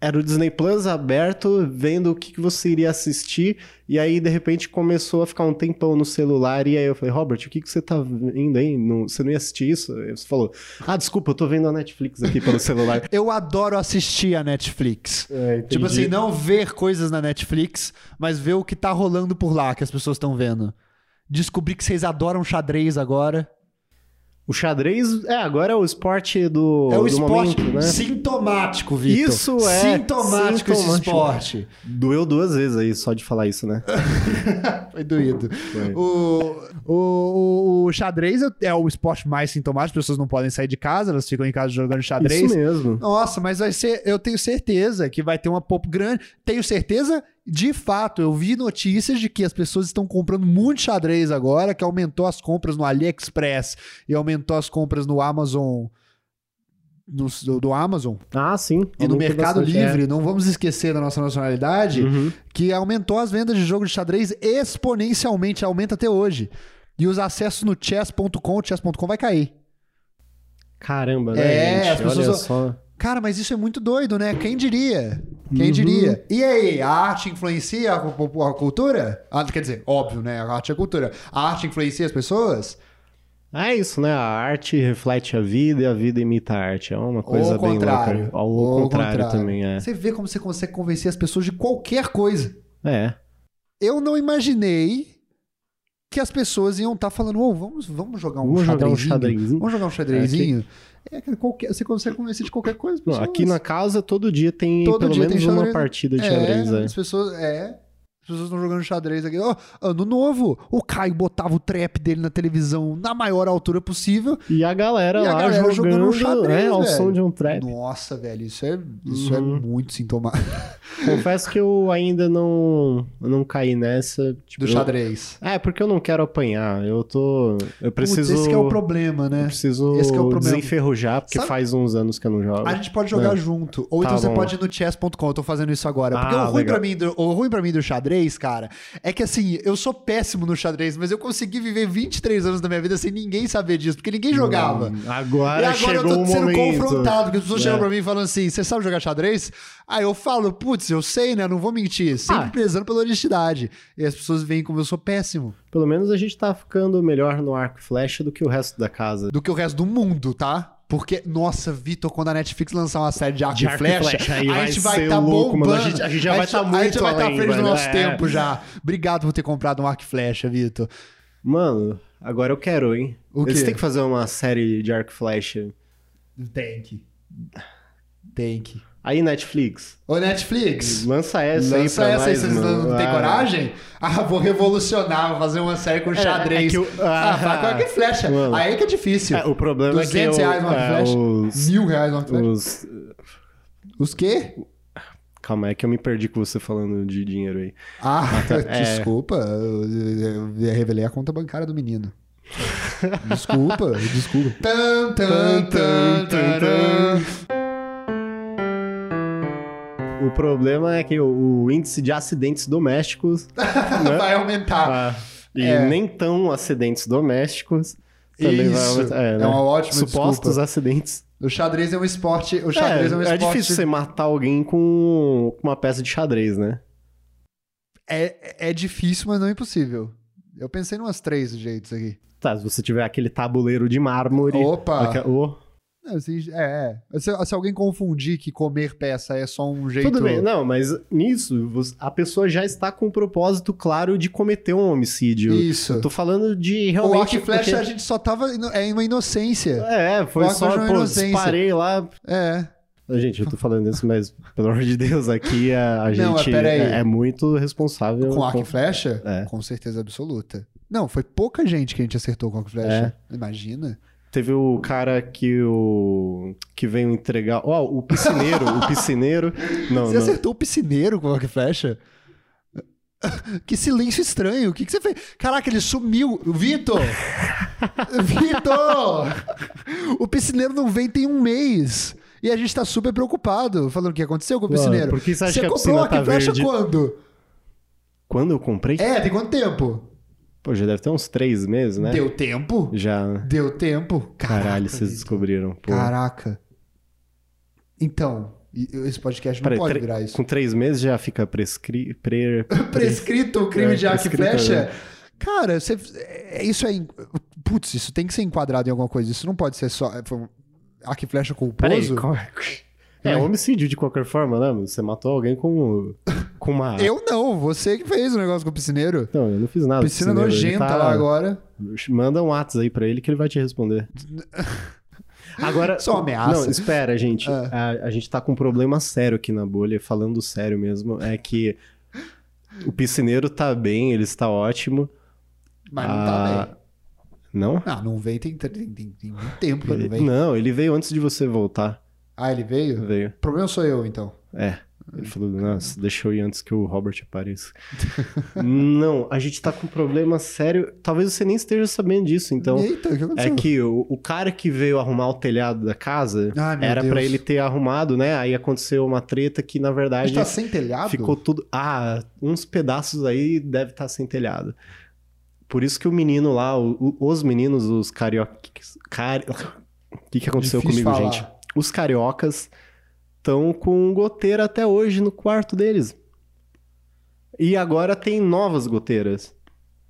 S2: Era o Disney Plus aberto, vendo o que, que você iria assistir. E aí, de repente, começou a ficar um tempão no celular. E aí eu falei, Robert, o que, que você tá vendo aí? Não- você não ia assistir isso? Aí você falou, ah, desculpa, eu tô vendo a Netflix aqui pelo celular.
S1: Eu adoro assistir a Netflix.
S2: É, entendi.
S1: Tipo assim, não ver coisas na Netflix, mas ver o que tá rolando por lá, que as pessoas estão vendo. Descobri que vocês adoram xadrez agora.
S2: O xadrez, é, agora é o esporte do,
S1: é o
S2: do
S1: esporte
S2: momento, né?
S1: sintomático, Vitor.
S2: Isso é
S1: sintomático, esse
S2: sintomático.
S1: esporte.
S2: Doeu duas vezes aí só de falar isso, né?
S1: Foi doído.
S2: Foi.
S1: O, o, o- o xadrez é- é o esporte mais sintomático, as pessoas não podem sair de casa, elas ficam em casa jogando xadrez.
S2: Isso mesmo.
S1: Nossa, mas vai ser. Eu tenho certeza que vai ter uma pop grande. Tenho certeza, de fato. Eu vi notícias de que as pessoas estão comprando muito xadrez agora, que aumentou as compras no AliExpress e aumentou as compras no Amazon. no- do, do Amazon
S2: Ah, sim.
S1: e no
S2: Aumentou
S1: Mercado
S2: bastante, é.
S1: Livre, não vamos esquecer da nossa nacionalidade,
S2: Uhum.
S1: que aumentou as vendas de jogo de xadrez exponencialmente, aumenta até hoje. E os acessos no chess.com, chess.com vai cair.
S2: Caramba, né,
S1: É,
S2: gente?
S1: as pessoas-
S2: Olha só.
S1: Cara, mas isso é muito doido, né? Quem diria?
S2: Uhum.
S1: Quem diria? E aí, a arte influencia a, cu- a cultura? Ah, quer dizer, óbvio, né? A arte é cultura. A arte influencia as pessoas?
S2: É isso, né? A arte reflete a vida e a vida imita a arte. É uma coisa
S1: ao
S2: bem
S1: contrário.
S2: louca. Ao,
S1: Ou ao
S2: contrário,
S1: contrário.
S2: também, é.
S1: Você vê como você consegue convencer as pessoas de qualquer coisa.
S2: É.
S1: Eu não imaginei que as pessoas iam estar falando, ô, vamos, vamos jogar um
S2: Vamos jogar um
S1: xadrezinho.
S2: xadrezinho.
S1: Vamos jogar um xadrezinho? É, cara, qualquer, você consegue convencer de qualquer coisa. as
S2: Não,
S1: pessoas.
S2: aqui na casa todo dia tem
S1: Todo
S2: pelo
S1: dia tem
S2: menos uma
S1: xadrez.
S2: partida de
S1: é,
S2: xadrez. É.
S1: As pessoas. É. As pessoas estão jogando xadrez aqui. Ó, ano novo, o Caio botava o trap dele na televisão na maior altura possível.
S2: E a galera
S1: E a
S2: lá
S1: galera jogando
S2: jogando,
S1: um xadrez,
S2: é, ao
S1: velho.
S2: som de um trap.
S1: Nossa, velho, isso é, isso é
S2: Uhum.
S1: muito sintomático
S2: Confesso que eu ainda não, não caí nessa. tipo,
S1: do
S2: eu-
S1: xadrez.
S2: É, porque eu não quero apanhar. Eu tô. Eu preciso.
S1: Putz, esse que é o problema,
S2: Eu
S1: né?
S2: preciso
S1: Esse que é o problema.
S2: desenferrujar, porque
S1: Sabe-
S2: faz uns anos que eu não jogo.
S1: A gente pode jogar
S2: É.
S1: junto. Ou
S2: Tá
S1: então você
S2: bom.
S1: pode ir no chess.com. Eu tô fazendo isso agora. Porque
S2: Ah,
S1: o, ruim
S2: legal.
S1: pra mim do, o ruim pra mim do xadrez, cara, é que assim, eu sou péssimo no xadrez, mas eu consegui viver 23 anos da minha vida sem ninguém saber disso, porque ninguém jogava.
S2: Hum,
S1: E
S2: Agora,
S1: agora
S2: chegou
S1: eu tô
S2: o
S1: sendo
S2: momento.
S1: confrontado, porque as pessoas
S2: É.
S1: chegam pra mim e falam assim: você sabe jogar xadrez? Aí eu falo, putz, eu sei, né? Não vou mentir. Sempre
S2: Ah.
S1: prezando pela honestidade. E as pessoas veem como eu sou péssimo.
S2: Pelo menos a gente tá ficando melhor no arco e flecha do que o resto da casa.
S1: Do que o resto do mundo, tá? Porque, nossa, Vitor, quando a Netflix lançar uma série de arco,
S2: De
S1: e,
S2: arco e
S1: flecha,
S2: flecha, aí
S1: a
S2: vai
S1: gente vai
S2: ser
S1: tá
S2: louco, mano.
S1: bombando.
S2: A gente- a gente já vai tá
S1: A gente
S2: muito
S1: vai tá à
S2: além,
S1: frente do
S2: velho.
S1: nosso
S2: É.
S1: tempo já. Obrigado por ter comprado um arco e flecha, Vitor.
S2: Mano, agora eu quero, hein?
S1: O
S2: Eles
S1: quê?
S2: têm que fazer uma série de arco e flecha.
S1: Tem que. Tem que.
S2: Aí, Netflix,
S1: Ô, Netflix!
S2: lança essa
S1: Lança
S2: aí pra
S1: essa aí,
S2: nós,
S1: vocês
S2: mano.
S1: não têm
S2: Ah.
S1: coragem? Ah, vou revolucionar, vou fazer uma série com xadrez.
S2: é que eu-
S1: ah,
S2: ah.
S1: vai com arco e flecha.
S2: Mano.
S1: Aí que é difícil.
S2: É, o problema é que
S1: 200
S2: eu-
S1: reais uma
S2: é,
S1: flecha.
S2: os-
S1: Mil reais uma flecha.
S2: os...
S1: Os quê?
S2: Calma, é que eu me perdi com você falando de dinheiro aí.
S1: Ah,
S2: é.
S1: desculpa. Eu, eu- eu revelei a conta bancária do menino. Desculpa, desculpa. Tan, tan, tan, taran.
S2: O problema é que o, o índice de acidentes domésticos... né?
S1: Vai aumentar.
S2: Ah, e
S1: É.
S2: nem tão acidentes domésticos. Também
S1: Isso.
S2: vai...
S1: É,
S2: né?
S1: uma ótima
S2: Supostos
S1: desculpa.
S2: acidentes.
S1: O xadrez é um esporte. O xadrez é, um
S2: é
S1: esporte.
S2: difícil você matar alguém com com uma peça de xadrez, né?
S1: É, é difícil, mas não é impossível. Eu pensei em umas três jeitos aqui.
S2: Tá, se você tiver aquele tabuleiro de mármore. oh,
S1: Opa!
S2: aque- ô.
S1: Não, assim, é, é. Se, se alguém confundir que comer peça é só um jeito.
S2: Tudo bem, não, mas nisso você- a pessoa já está com o propósito claro de cometer um homicídio.
S1: Isso.
S2: Eu tô falando de
S1: O
S2: realmente.
S1: arco e flecha a
S2: porque-
S1: gente só tava. ino- É uma inocência.
S2: É, foi
S1: o arco e
S2: só,
S1: flecha é uma
S2: pô,
S1: inocência.
S2: disparei lá.
S1: É.
S2: Gente, eu tô falando isso, mas pelo amor de Deus, aqui a, a
S1: Não,
S2: gente
S1: é, peraí.
S2: é, é muito responsável.
S1: Com arco e flecha?
S2: É.
S1: Com certeza absoluta. Não, foi pouca gente que a gente acertou com arco e flecha.
S2: É.
S1: Imagina.
S2: Teve o cara que o que veio entregar, ó, o piscineiro, o piscineiro. Não,
S1: você
S2: não.
S1: acertou o piscineiro com arco e flecha? Que silêncio estranho. O que, que você fez? Caraca, ele sumiu. Vitor! Vitor! O piscineiro não vem tem um mês. E a gente tá super preocupado, falando o que aconteceu com o
S2: Claro,
S1: piscineiro.
S2: por que você acha que a
S1: comprou
S2: piscina
S1: Rock
S2: tá
S1: Flecha
S2: verde?
S1: quando?
S2: Quando eu comprei,
S1: É, tem quanto tempo?
S2: pô, já deve ter uns três meses, né?
S1: Deu tempo?
S2: Já. né?
S1: Deu tempo? Caraca,
S2: Caralho, vocês descobriram. Pô.
S1: Caraca. Então, e- esse podcast não
S2: Peraí,
S1: pode
S2: tre-
S1: virar isso. É
S2: com três meses já fica prescri... pre-
S1: prescrito o crime
S2: É,
S1: de arco e
S2: prescrito,
S1: flecha. Cara, você- é- isso é. en- Putz, isso tem que ser enquadrado em alguma coisa. Isso não pode ser só. é, foi um Arco e flecha
S2: Peraí,
S1: culposo.
S2: como é que- É homicídio de qualquer forma, né? Você matou alguém com, com uma...
S1: Eu não, você que fez o negócio com o piscineiro.
S2: Não, eu não fiz nada.
S1: Piscina
S2: Ah, piscineiro, ele
S1: nojenta
S2: tá-
S1: lá agora.
S2: Manda um WhatsApp aí pra ele que ele vai te responder. Agora.
S1: Só ameaça.
S2: Não, espera, gente.
S1: Ah.
S2: A, a gente tá com um problema sério aqui na bolha, falando sério mesmo. É que o piscineiro tá bem, ele está ótimo.
S1: Mas não tá
S2: Ah,
S1: bem.
S2: Não?
S1: Ah, não vem, tem, tem, tem, tem muito tempo que não
S2: Ele-
S1: vem.
S2: Não, ele veio antes de você voltar.
S1: Ah, ele veio?
S2: Veio.
S1: O problema sou eu, então.
S2: É. Ele falou, nossa, deixa eu ir antes que o Robert apareça. não, a gente tá com um problema sério. Talvez você nem esteja sabendo disso, então.
S1: Eita, o que aconteceu?
S2: É que o, o cara que veio arrumar o telhado da casa
S1: Ai, Ah, meu
S2: era pra
S1: Deus.
S2: ele ter arrumado, né? Aí aconteceu uma treta que, na
S1: A
S2: verdade,
S1: gente tá sem telhado?
S2: ficou tudo. Ah, uns pedaços aí deve estar sem telhado. Por isso que o menino lá, o- o- os meninos, os cariocas. Cari... O que, que aconteceu
S1: Difícil
S2: comigo,
S1: falar.
S2: gente? Os cariocas estão com goteira até hoje no quarto deles. E agora tem novas goteiras.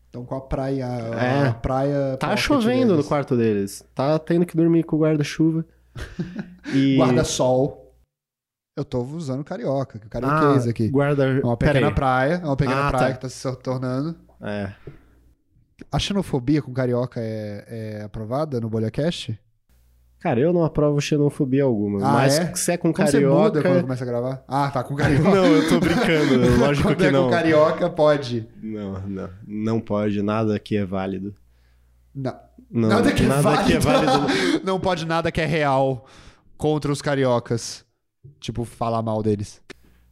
S1: Então com a praia.
S2: É.
S1: A praia. né?
S2: Tá
S1: pocket
S2: chovendo
S1: deles.
S2: no quarto deles. Tá tendo que dormir com o guarda-chuva. E...
S1: Guarda-sol. Eu tô usando carioca, que o carioquês aqui.
S2: Guarda...
S1: É uma
S2: Pera
S1: pequena
S2: aí.
S1: praia, é uma pequena
S2: Ah,
S1: praia
S2: tá.
S1: que tá se tornando.
S2: É.
S1: A xenofobia com carioca é, é aprovada no Bolhacast?
S2: Cara, eu não aprovo xenofobia alguma.
S1: Ah,
S2: mas
S1: é?
S2: se é com
S1: Como você
S2: carioca...
S1: muda quando começa a gravar? Ah, tá, com carioca.
S2: não, eu tô brincando. Lógico
S1: quando
S2: que
S1: é
S2: não.
S1: com carioca, pode.
S2: Não, não. Não pode. Nada aqui é válido.
S1: Não.
S2: Não,
S1: nada que é válido.
S2: aqui é válido.
S1: não pode nada que é real contra os cariocas. Tipo, falar mal deles.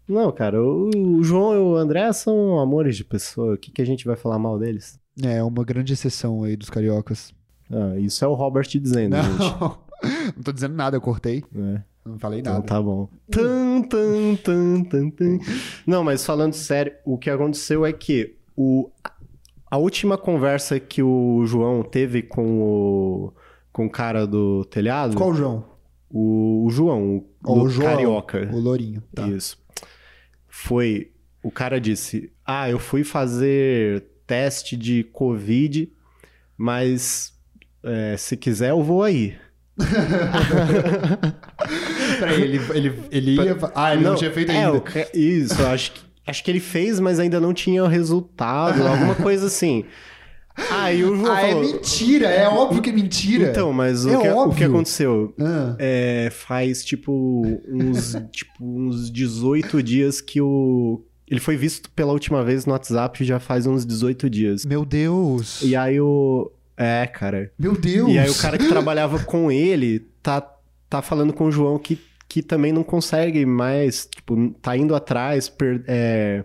S2: Não, cara. O o João e o André são amores de pessoa. O que, que a gente vai falar mal deles?
S1: É, uma grande exceção aí dos cariocas.
S2: Ah, isso é o Robert dizendo, gente.
S1: Não, não tô dizendo nada, eu cortei.
S2: É.
S1: Não falei
S2: Então
S1: nada.
S2: tá bom.
S1: Hum.
S2: Tan, tan, tan, tan, tan. Não, mas falando sério, o que aconteceu é que o, a última conversa que o João teve com o, com o cara do telhado,
S1: Qual o João?
S2: O, o João, o,
S1: Ó, Oh, o
S2: do
S1: João,
S2: carioca.
S1: O Lourinho. Tá.
S2: Isso. Foi. O cara disse: Ah, eu fui fazer teste de Covid, mas é, se quiser eu vou aí.
S1: Peraí, ele, ele, ele ia. Ah, ele não, tinha feito
S2: é,
S1: ainda.
S2: o ca- isso, eu acho que. Acho que ele fez, mas ainda não tinha o resultado, alguma coisa assim. Aí o João
S1: Ah, é
S2: falou,
S1: mentira, é óbvio que é mentira.
S2: Então, mas o,
S1: É
S2: que, o que
S1: óbvio.
S2: aconteceu?
S1: Ah,
S2: É, faz tipo uns, tipo uns 18 dias que o. Ele foi visto pela última vez no WhatsApp já faz uns 18 dias.
S1: Meu Deus.
S2: E aí o. É, cara.
S1: Meu Deus.
S2: E aí o cara que trabalhava com ele tá, tá falando com o João que, que também não consegue mais, tipo, tá indo atrás, per- é,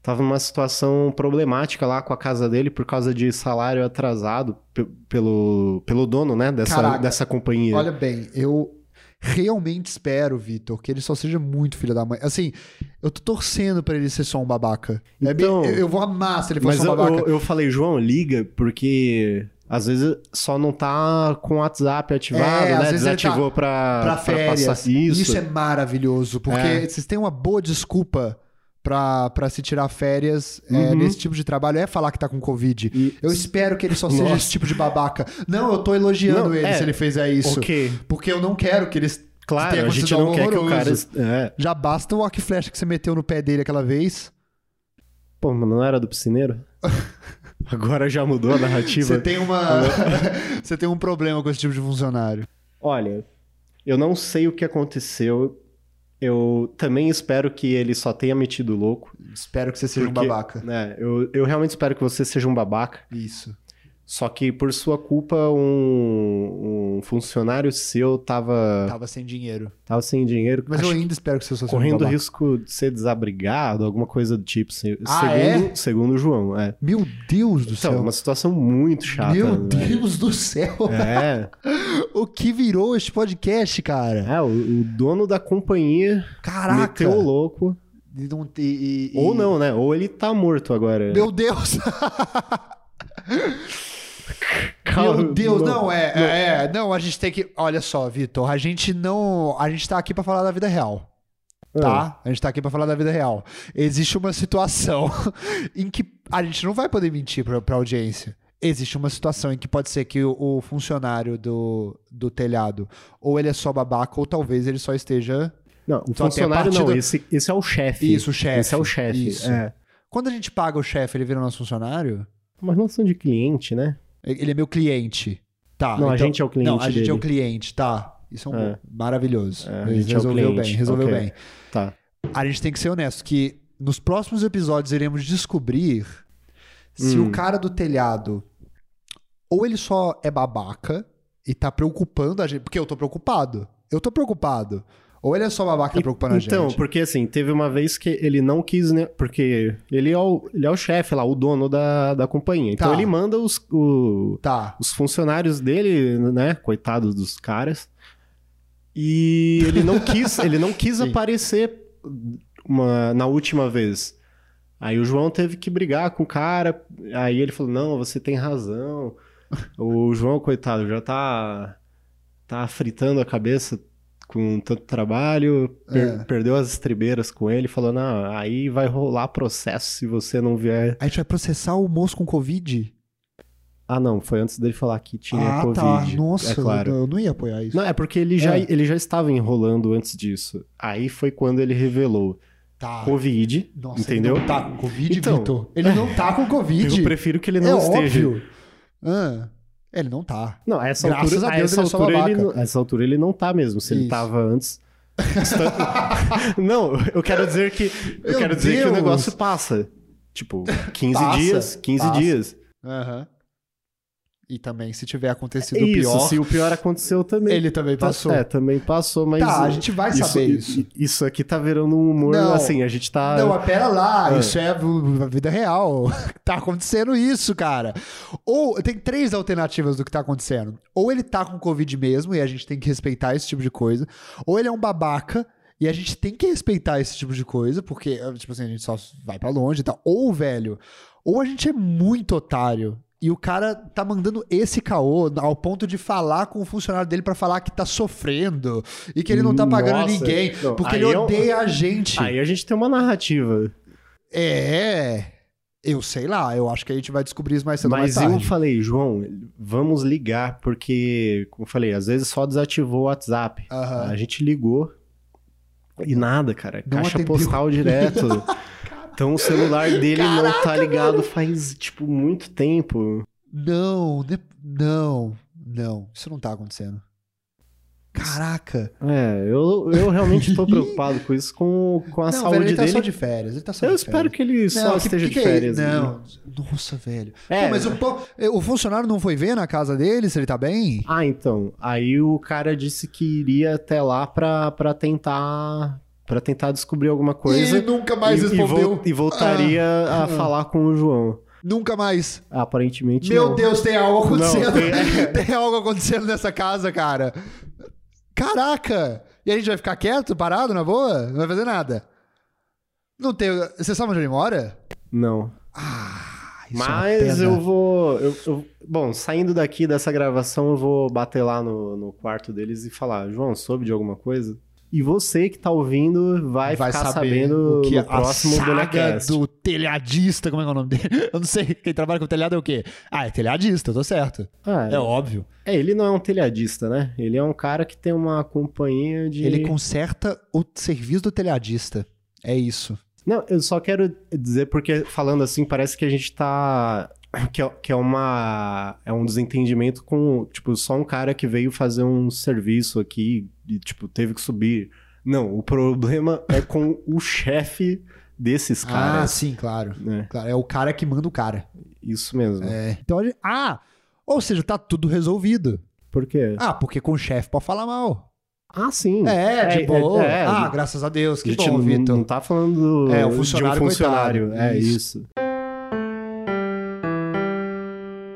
S2: tava numa situação problemática lá com a casa dele por causa de salário atrasado pe- pelo, pelo dono, né, dessa,
S1: Caraca.
S2: dessa companhia.
S1: Olha bem, eu realmente espero, Vitor, que ele só seja muito filho da mãe. Assim, eu tô torcendo pra ele ser só um babaca. É bem-
S2: Então-
S1: eu, eu vou amar se ele for
S2: Mas
S1: só um
S2: eu,
S1: babaca.
S2: eu, eu falei, João, liga, porque às vezes só não tá com o WhatsApp ativado,
S1: É, às
S2: né?
S1: vezes ele
S2: Desativou pra,
S1: pra férias.
S2: passar
S1: E
S2: isso.
S1: Isso é maravilhoso, porque
S2: É.
S1: vocês têm uma boa desculpa pra, pra se tirar férias é,
S2: Uhum.
S1: nesse tipo de trabalho. É falar que tá com Covid.
S2: E-
S1: Eu espero que ele só seja
S2: Nossa.
S1: esse tipo de babaca. Não, eu tô elogiando
S2: Não,
S1: ele
S2: é.
S1: se ele fizer isso.
S2: Ok,
S1: Porque eu não quero que eles.
S2: claro,
S1: tenha
S2: a gente
S1: acontecido
S2: não
S1: algo
S2: quer que o cara...
S1: horroroso.
S2: É.
S1: Já basta o arco e flecha que você meteu no pé dele aquela vez.
S2: Pô, mas não era do piscineiro? Agora já mudou a narrativa.
S1: Você tem uma. você tem um problema com esse tipo de funcionário.
S2: Olha, eu não sei o que aconteceu. Eu também espero que ele só tenha metido louco.
S1: Espero que você seja
S2: porque-
S1: um babaca.
S2: né, eu, eu realmente espero que você seja um babaca.
S1: Isso.
S2: Só que por sua culpa, um, um funcionário seu tava,
S1: Tava sem dinheiro.
S2: tava sem dinheiro,
S1: Mas
S2: Ah. acho
S1: eu
S2: que
S1: ainda espero que você só seja um
S2: correndo
S1: babaca.
S2: risco de ser desabrigado, alguma coisa do tipo, se-
S1: Ah,
S2: segundo, segundo o João. É.
S1: Meu Deus do
S2: Então,
S1: céu.
S2: uma situação muito chata.
S1: Meu
S2: né?
S1: Deus do céu!
S2: É,
S1: O que virou este podcast, cara?
S2: é, o, o dono da companhia
S1: Caraca!
S2: meteu o louco.
S1: E não- e- e-
S2: Ou
S1: e-
S2: não, né? Ou ele tá morto agora.
S1: Meu Deus! Meu Deus, não, é, é, é, não, a gente tem que, olha só, Vitor, a gente não, a gente tá aqui pra falar da vida real,
S2: Ah,
S1: tá? A gente tá aqui pra falar da vida real. Existe uma situação em que a gente não vai poder mentir pra, pra audiência. Existe uma situação em que pode ser que o, o funcionário do, do telhado, ou ele é só babaca, ou talvez ele só esteja
S2: Não,
S1: Só
S2: o
S1: tem a
S2: funcionário
S1: parte
S2: não,
S1: do-
S2: esse, esse é o chefe.
S1: Isso, o chefe.
S2: Esse é o chefe.
S1: Isso.
S2: é.
S1: Quando a gente paga o chefe, ele vira nosso funcionário?
S2: Mas não são de cliente, né?
S1: Ele é meu cliente. Tá.
S2: Não, a gente é o cliente
S1: Não, a gente
S2: dele.
S1: é o cliente, tá. Isso é um
S2: É.
S1: maravilhoso.
S2: É, a
S1: Ele
S2: gente é o
S1: resolveu
S2: cliente,
S1: bem, resolveu
S2: ok.
S1: bem.
S2: Tá.
S1: A gente tem que ser honesto que nos próximos episódios iremos descobrir se
S2: Hum.
S1: o cara do telhado ou ele só é babaca e tá preocupando a gente, porque eu tô preocupado. Eu tô preocupado. Ou ele é só babaca e tá preocupando a
S2: Então,
S1: gente.
S2: porque assim, teve uma vez que ele não quis, né? Porque ele é o, ele é o chefe lá, o dono da, da companhia. Então
S1: Tá.
S2: ele manda os, o-
S1: Tá.
S2: os funcionários dele, né? Coitados dos caras. E ele não quis, ele não quis
S1: Sim.
S2: aparecer uma- na última vez. Aí o João teve que brigar com o cara. Aí ele falou: Não, você tem razão. O João, coitado, já tá, tá fritando a cabeça com tanto trabalho, per-
S1: É.
S2: perdeu as estribeiras com ele, falou: Não, aí vai rolar processo se você não vier.
S1: A gente vai processar o moço com Covid?
S2: Ah, não, foi antes dele falar que tinha
S1: ah,
S2: Covid.
S1: tá. Nossa,
S2: é claro.
S1: eu, eu não ia apoiar isso.
S2: Não, é porque ele já,
S1: É.
S2: ele já estava enrolando antes disso. Aí foi quando ele revelou
S1: Tá.
S2: Covid,
S1: Nossa,
S2: entendeu?
S1: ele não tá com Covid,
S2: Então.
S1: Vitor. Ele não tá com Covid.
S2: Eu prefiro que ele não
S1: é
S2: esteja.
S1: óbvio. Ah, ele não tá.
S2: Não, a essa
S1: Graças
S2: altura,
S1: a Deus
S2: essa
S1: ele é só
S2: altura ele
S1: babaca.
S2: não- a essa altura ele não tá mesmo, se ele
S1: Isso.
S2: tava antes. Está- não, eu quero dizer que eu
S1: Meu
S2: quero dizer que o
S1: Deus.
S2: negócio passa. Tipo, 15
S1: Passa,
S2: dias, 15
S1: passa.
S2: dias.
S1: Aham. E também, se tiver acontecido o
S2: É Isso,
S1: pior,
S2: se o pior aconteceu também.
S1: ele também
S2: Tá-
S1: passou.
S2: É, também passou, mas
S1: tá, a gente vai
S2: isso,
S1: saber
S2: i-
S1: isso.
S2: Isso aqui tá virando um humor
S1: Não.
S2: assim, a gente tá
S1: Não, mas pera lá,
S2: Ah.
S1: isso é a vida real. tá acontecendo isso, cara. Ou tem três alternativas do que tá acontecendo. Ou ele tá com Covid mesmo e a gente tem que respeitar esse tipo de coisa. Ou ele é um babaca e a gente tem que respeitar esse tipo de coisa, porque, tipo assim, a gente só vai pra longe e tal. Ou, velho, ou a gente é muito otário. E o cara tá mandando esse caô ao ponto de falar com o funcionário dele pra falar que tá sofrendo e que ele não tá pagando
S2: Nossa,
S1: ninguém,
S2: não,
S1: porque
S2: aí
S1: ele
S2: é um-
S1: odeia a gente.
S2: Aí a gente tem uma narrativa.
S1: É. Eu sei lá, eu acho que a gente vai descobrir isso mais cedo ou mais
S2: Mas eu
S1: tarde.
S2: falei, João, vamos ligar, porque, como eu falei, às vezes só desativou o WhatsApp.
S1: Aham.
S2: A gente ligou e nada, cara.
S1: Não
S2: caixa
S1: atendeu.
S2: postal direto. então o celular dele não tá ligado faz, tipo, muito tempo.
S1: Não, de- não, não. Isso não tá acontecendo. Caraca.
S2: É, eu, eu realmente tô preocupado com isso, com, com a
S1: não,
S2: saúde
S1: velho, ele tá
S2: dele.
S1: só de férias. Ele tá só
S2: Eu
S1: de
S2: espero
S1: férias.
S2: que ele só
S1: Não, que-
S2: esteja
S1: que que
S2: de
S1: é-
S2: férias. né?
S1: Não. Nossa, velho.
S2: É,
S1: Pô, mas o, po- o funcionário não foi ver na casa dele se ele tá bem?
S2: Ah, então. Aí o cara disse que iria até lá pra, pra tentar para tentar descobrir alguma coisa.
S1: e nunca mais
S2: e, e vol-
S1: respondeu. Ah,
S2: e voltaria a falar com o João.
S1: Nunca mais.
S2: Aparentemente
S1: Meu
S2: não.
S1: Deus, tem algo acontecendo.
S2: Não, tem-
S1: tem... algo acontecendo nessa casa, cara. Caraca! E a gente vai ficar quieto, parado, na boa? Não vai fazer nada. Não tem. Você sabe onde ele mora?
S2: Não.
S1: Ah, isso é uma
S2: Mas
S1: pena.
S2: eu vou. eu- eu- bom, saindo daqui dessa gravação, eu vou bater lá no, no quarto deles e falar: João, soube de alguma coisa? E você que tá ouvindo vai, ficar sabendo
S1: o que
S2: no próximo
S1: a saga
S2: Bonecast.
S1: do telhadista, como é que é o nome dele? Eu não sei, quem trabalha com telhado é o quê? Ah, é telhadista, eu tô certo.
S2: Ah,
S1: É, óbvio.
S2: é, ele não é um telhadista, né? Ele é um cara que tem uma companhia de.
S1: Ele conserta o serviço do telhadista. É isso.
S2: Não, eu só quero dizer, porque falando assim, parece que a gente tá. Que é, que é uma. É um desentendimento com. Tipo, só um cara que veio fazer um serviço aqui e, tipo, teve que subir. Não, o problema é com o chefe desses
S1: ah,
S2: caras.
S1: sim, claro.
S2: né?
S1: Claro, é o cara que manda o cara.
S2: Isso mesmo.
S1: Então a gente- Ah! Ou seja, tá tudo resolvido.
S2: Por quê?
S1: Ah, porque com o chefe pode falar mal.
S2: Ah, sim.
S1: É, de
S2: é,
S1: boa.
S2: é.
S1: ah, graças a Deus,
S2: a
S1: que
S2: gente
S1: bom,
S2: não, não
S1: Vitor.
S2: tá falando
S1: É, o
S2: de
S1: funcionário,
S2: um funcionário.
S1: coitado.
S2: É
S1: Isso.
S2: isso.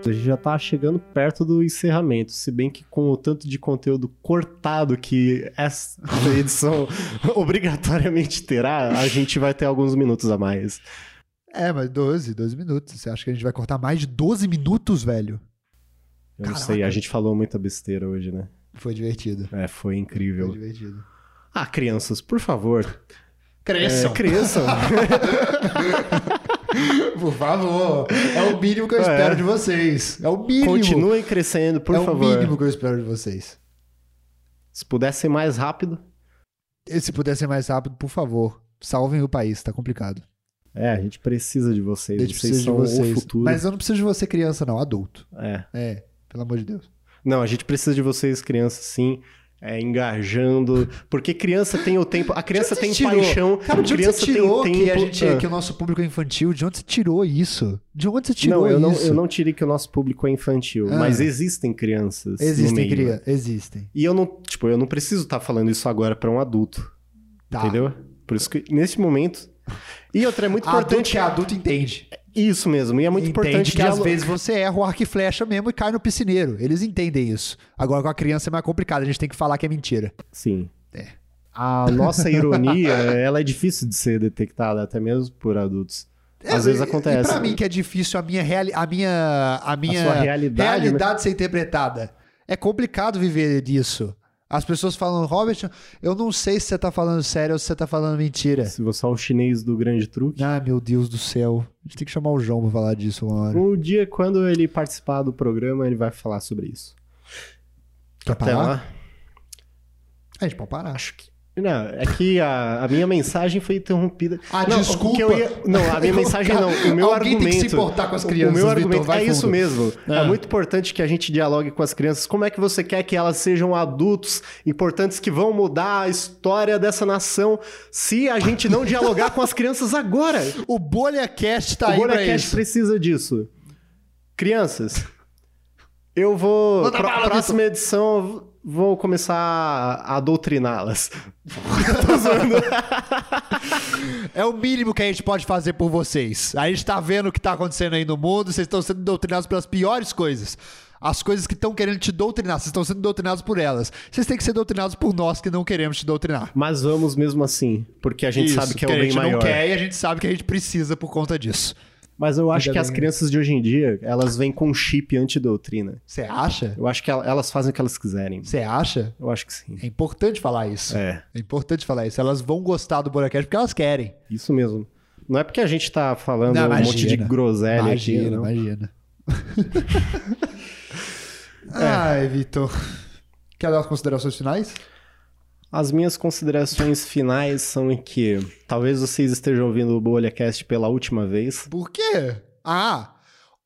S2: A gente já tá chegando perto do encerramento, se bem que com o tanto de conteúdo cortado que essa edição obrigatoriamente terá, a gente vai ter alguns minutos a mais.
S1: É, mas 12, 12 minutos. Você acha que a gente vai cortar mais de 12 minutos, velho?
S2: Eu não
S1: Caraca.
S2: sei, a gente falou muita besteira hoje, né?
S1: Foi divertido.
S2: É, foi
S1: Foi
S2: incrível.
S1: divertido.
S2: Ah, crianças, por favor,
S1: Cresçam,
S2: é, cresçam.
S1: por favor. É o mínimo que eu
S2: É.
S1: espero de vocês. É o mínimo.
S2: Continuem crescendo, por
S1: é
S2: favor.
S1: o mínimo que eu espero de vocês.
S2: Se pudessem mais rápido.
S1: E se puder ser mais rápido, por favor, salvem o país, tá complicado.
S2: É, a gente precisa de vocês.
S1: A gente
S2: vocês
S1: precisa de
S2: são
S1: vocês.
S2: o futuro.
S1: Mas eu não preciso de você criança, não, adulto.
S2: É.
S1: É, pelo amor de Deus.
S2: Não, a gente precisa de vocês, crianças, sim. É, engajando. Porque criança tem o tempo. A criança
S1: você
S2: tem
S1: tirou?
S2: paixão.
S1: Cara, de onde
S2: criança
S1: você tirou
S2: tem
S1: que,
S2: tempo.
S1: a gente,
S2: Ah.
S1: que o nosso público é infantil? De onde você tirou isso? De onde você tirou
S2: não, eu não,
S1: isso?
S2: eu não tirei que o nosso público é infantil.
S1: Ah.
S2: Mas existem crianças. no
S1: Existem,
S2: meio.
S1: cria, existem.
S2: E eu não, tipo, eu não preciso estar falando isso agora pra um adulto.
S1: Tá.
S2: Entendeu? Por isso que, nesse momento. E outra, é muito
S1: Adulto
S2: importante.
S1: que é adulto entende.
S2: Isso mesmo. E é muito
S1: entende
S2: importante
S1: que às
S2: dialo-
S1: vezes você erra o arco e flecha mesmo e cai no piscineiro. Eles entendem isso. Agora com a criança é mais complicado, a gente tem que falar que é mentira.
S2: Sim. A nossa ironia, ela é difícil de ser detectada, até mesmo por adultos. Às vezes
S1: É, e-
S2: acontece.
S1: E pra mim que é difícil a minha, reali a minha, a minha
S2: sua realidade, né?
S1: realidade ser interpretada. É complicado viver disso. As pessoas falam, Robert, eu não sei se você tá falando sério ou se você tá falando mentira.
S2: Se você é o chinês do grande truque.
S1: Ah, meu Deus do céu. A gente tem que chamar o João pra falar disso uma hora.
S2: Um dia, quando ele participar do programa, ele vai falar sobre isso. Tá?
S1: Quer
S2: Até
S1: parar? É,
S2: lá.
S1: A gente pode parar. Acho que.
S2: Não, é que a, a minha mensagem foi interrompida.
S1: Ah,
S2: não,
S1: desculpa.
S2: o que eu ia- não, a minha mensagem não. O meu
S1: Alguém
S2: argumento.
S1: tem que se importar com as crianças,
S2: o meu
S1: Vitor,
S2: argumento
S1: vai
S2: é
S1: fundo.
S2: isso mesmo. É.
S1: É.
S2: muito importante que a gente dialogue com as crianças. Como é que você quer que elas sejam adultos importantes que vão mudar a história dessa nação se a gente não dialogar com as crianças agora?
S1: O BolhaCast tá
S2: o
S1: aí pra
S2: Bolacast
S1: isso.
S2: precisa disso. Crianças, eu vou.
S1: Manda
S2: Pra,
S1: bala,
S2: próxima edição, eu v- vou começar a doutriná-las. Tô zoando.
S1: É o mínimo que a gente pode fazer por vocês. A gente tá vendo o que tá acontecendo aí no mundo, vocês estão sendo doutrinados pelas piores coisas. As coisas que estão querendo te doutrinar, vocês estão sendo doutrinados por elas. Vocês têm que ser doutrinados por nós que não queremos te doutrinar.
S2: Mas vamos mesmo assim, porque a gente
S1: Isso,
S2: sabe que é o
S1: porque
S2: bem
S1: A gente
S2: maior.
S1: não quer e a gente sabe que a gente precisa por conta disso.
S2: Mas eu acho
S5: Ainda
S2: que as
S1: né?
S5: bem.
S2: crianças de hoje em dia, elas vêm com um chip antidoutrina.
S1: Você acha?
S2: Eu acho que el- elas fazem o que elas quiserem.
S1: Você acha?
S2: Eu acho que sim.
S1: É importante falar isso. É.
S2: É,
S1: importante falar isso. Elas vão gostar do Boracast porque elas querem.
S2: isso mesmo. Não é porque a gente tá falando
S1: Não,
S2: um
S1: imagina.
S2: monte de groselha aqui,
S1: imagina,
S2: É, não.
S1: imagina. Ai, Vitor. Quer dar as considerações finais?
S2: As minhas considerações finais são em que talvez vocês estejam ouvindo o BolhaCast pela última vez.
S1: Por quê? Ah,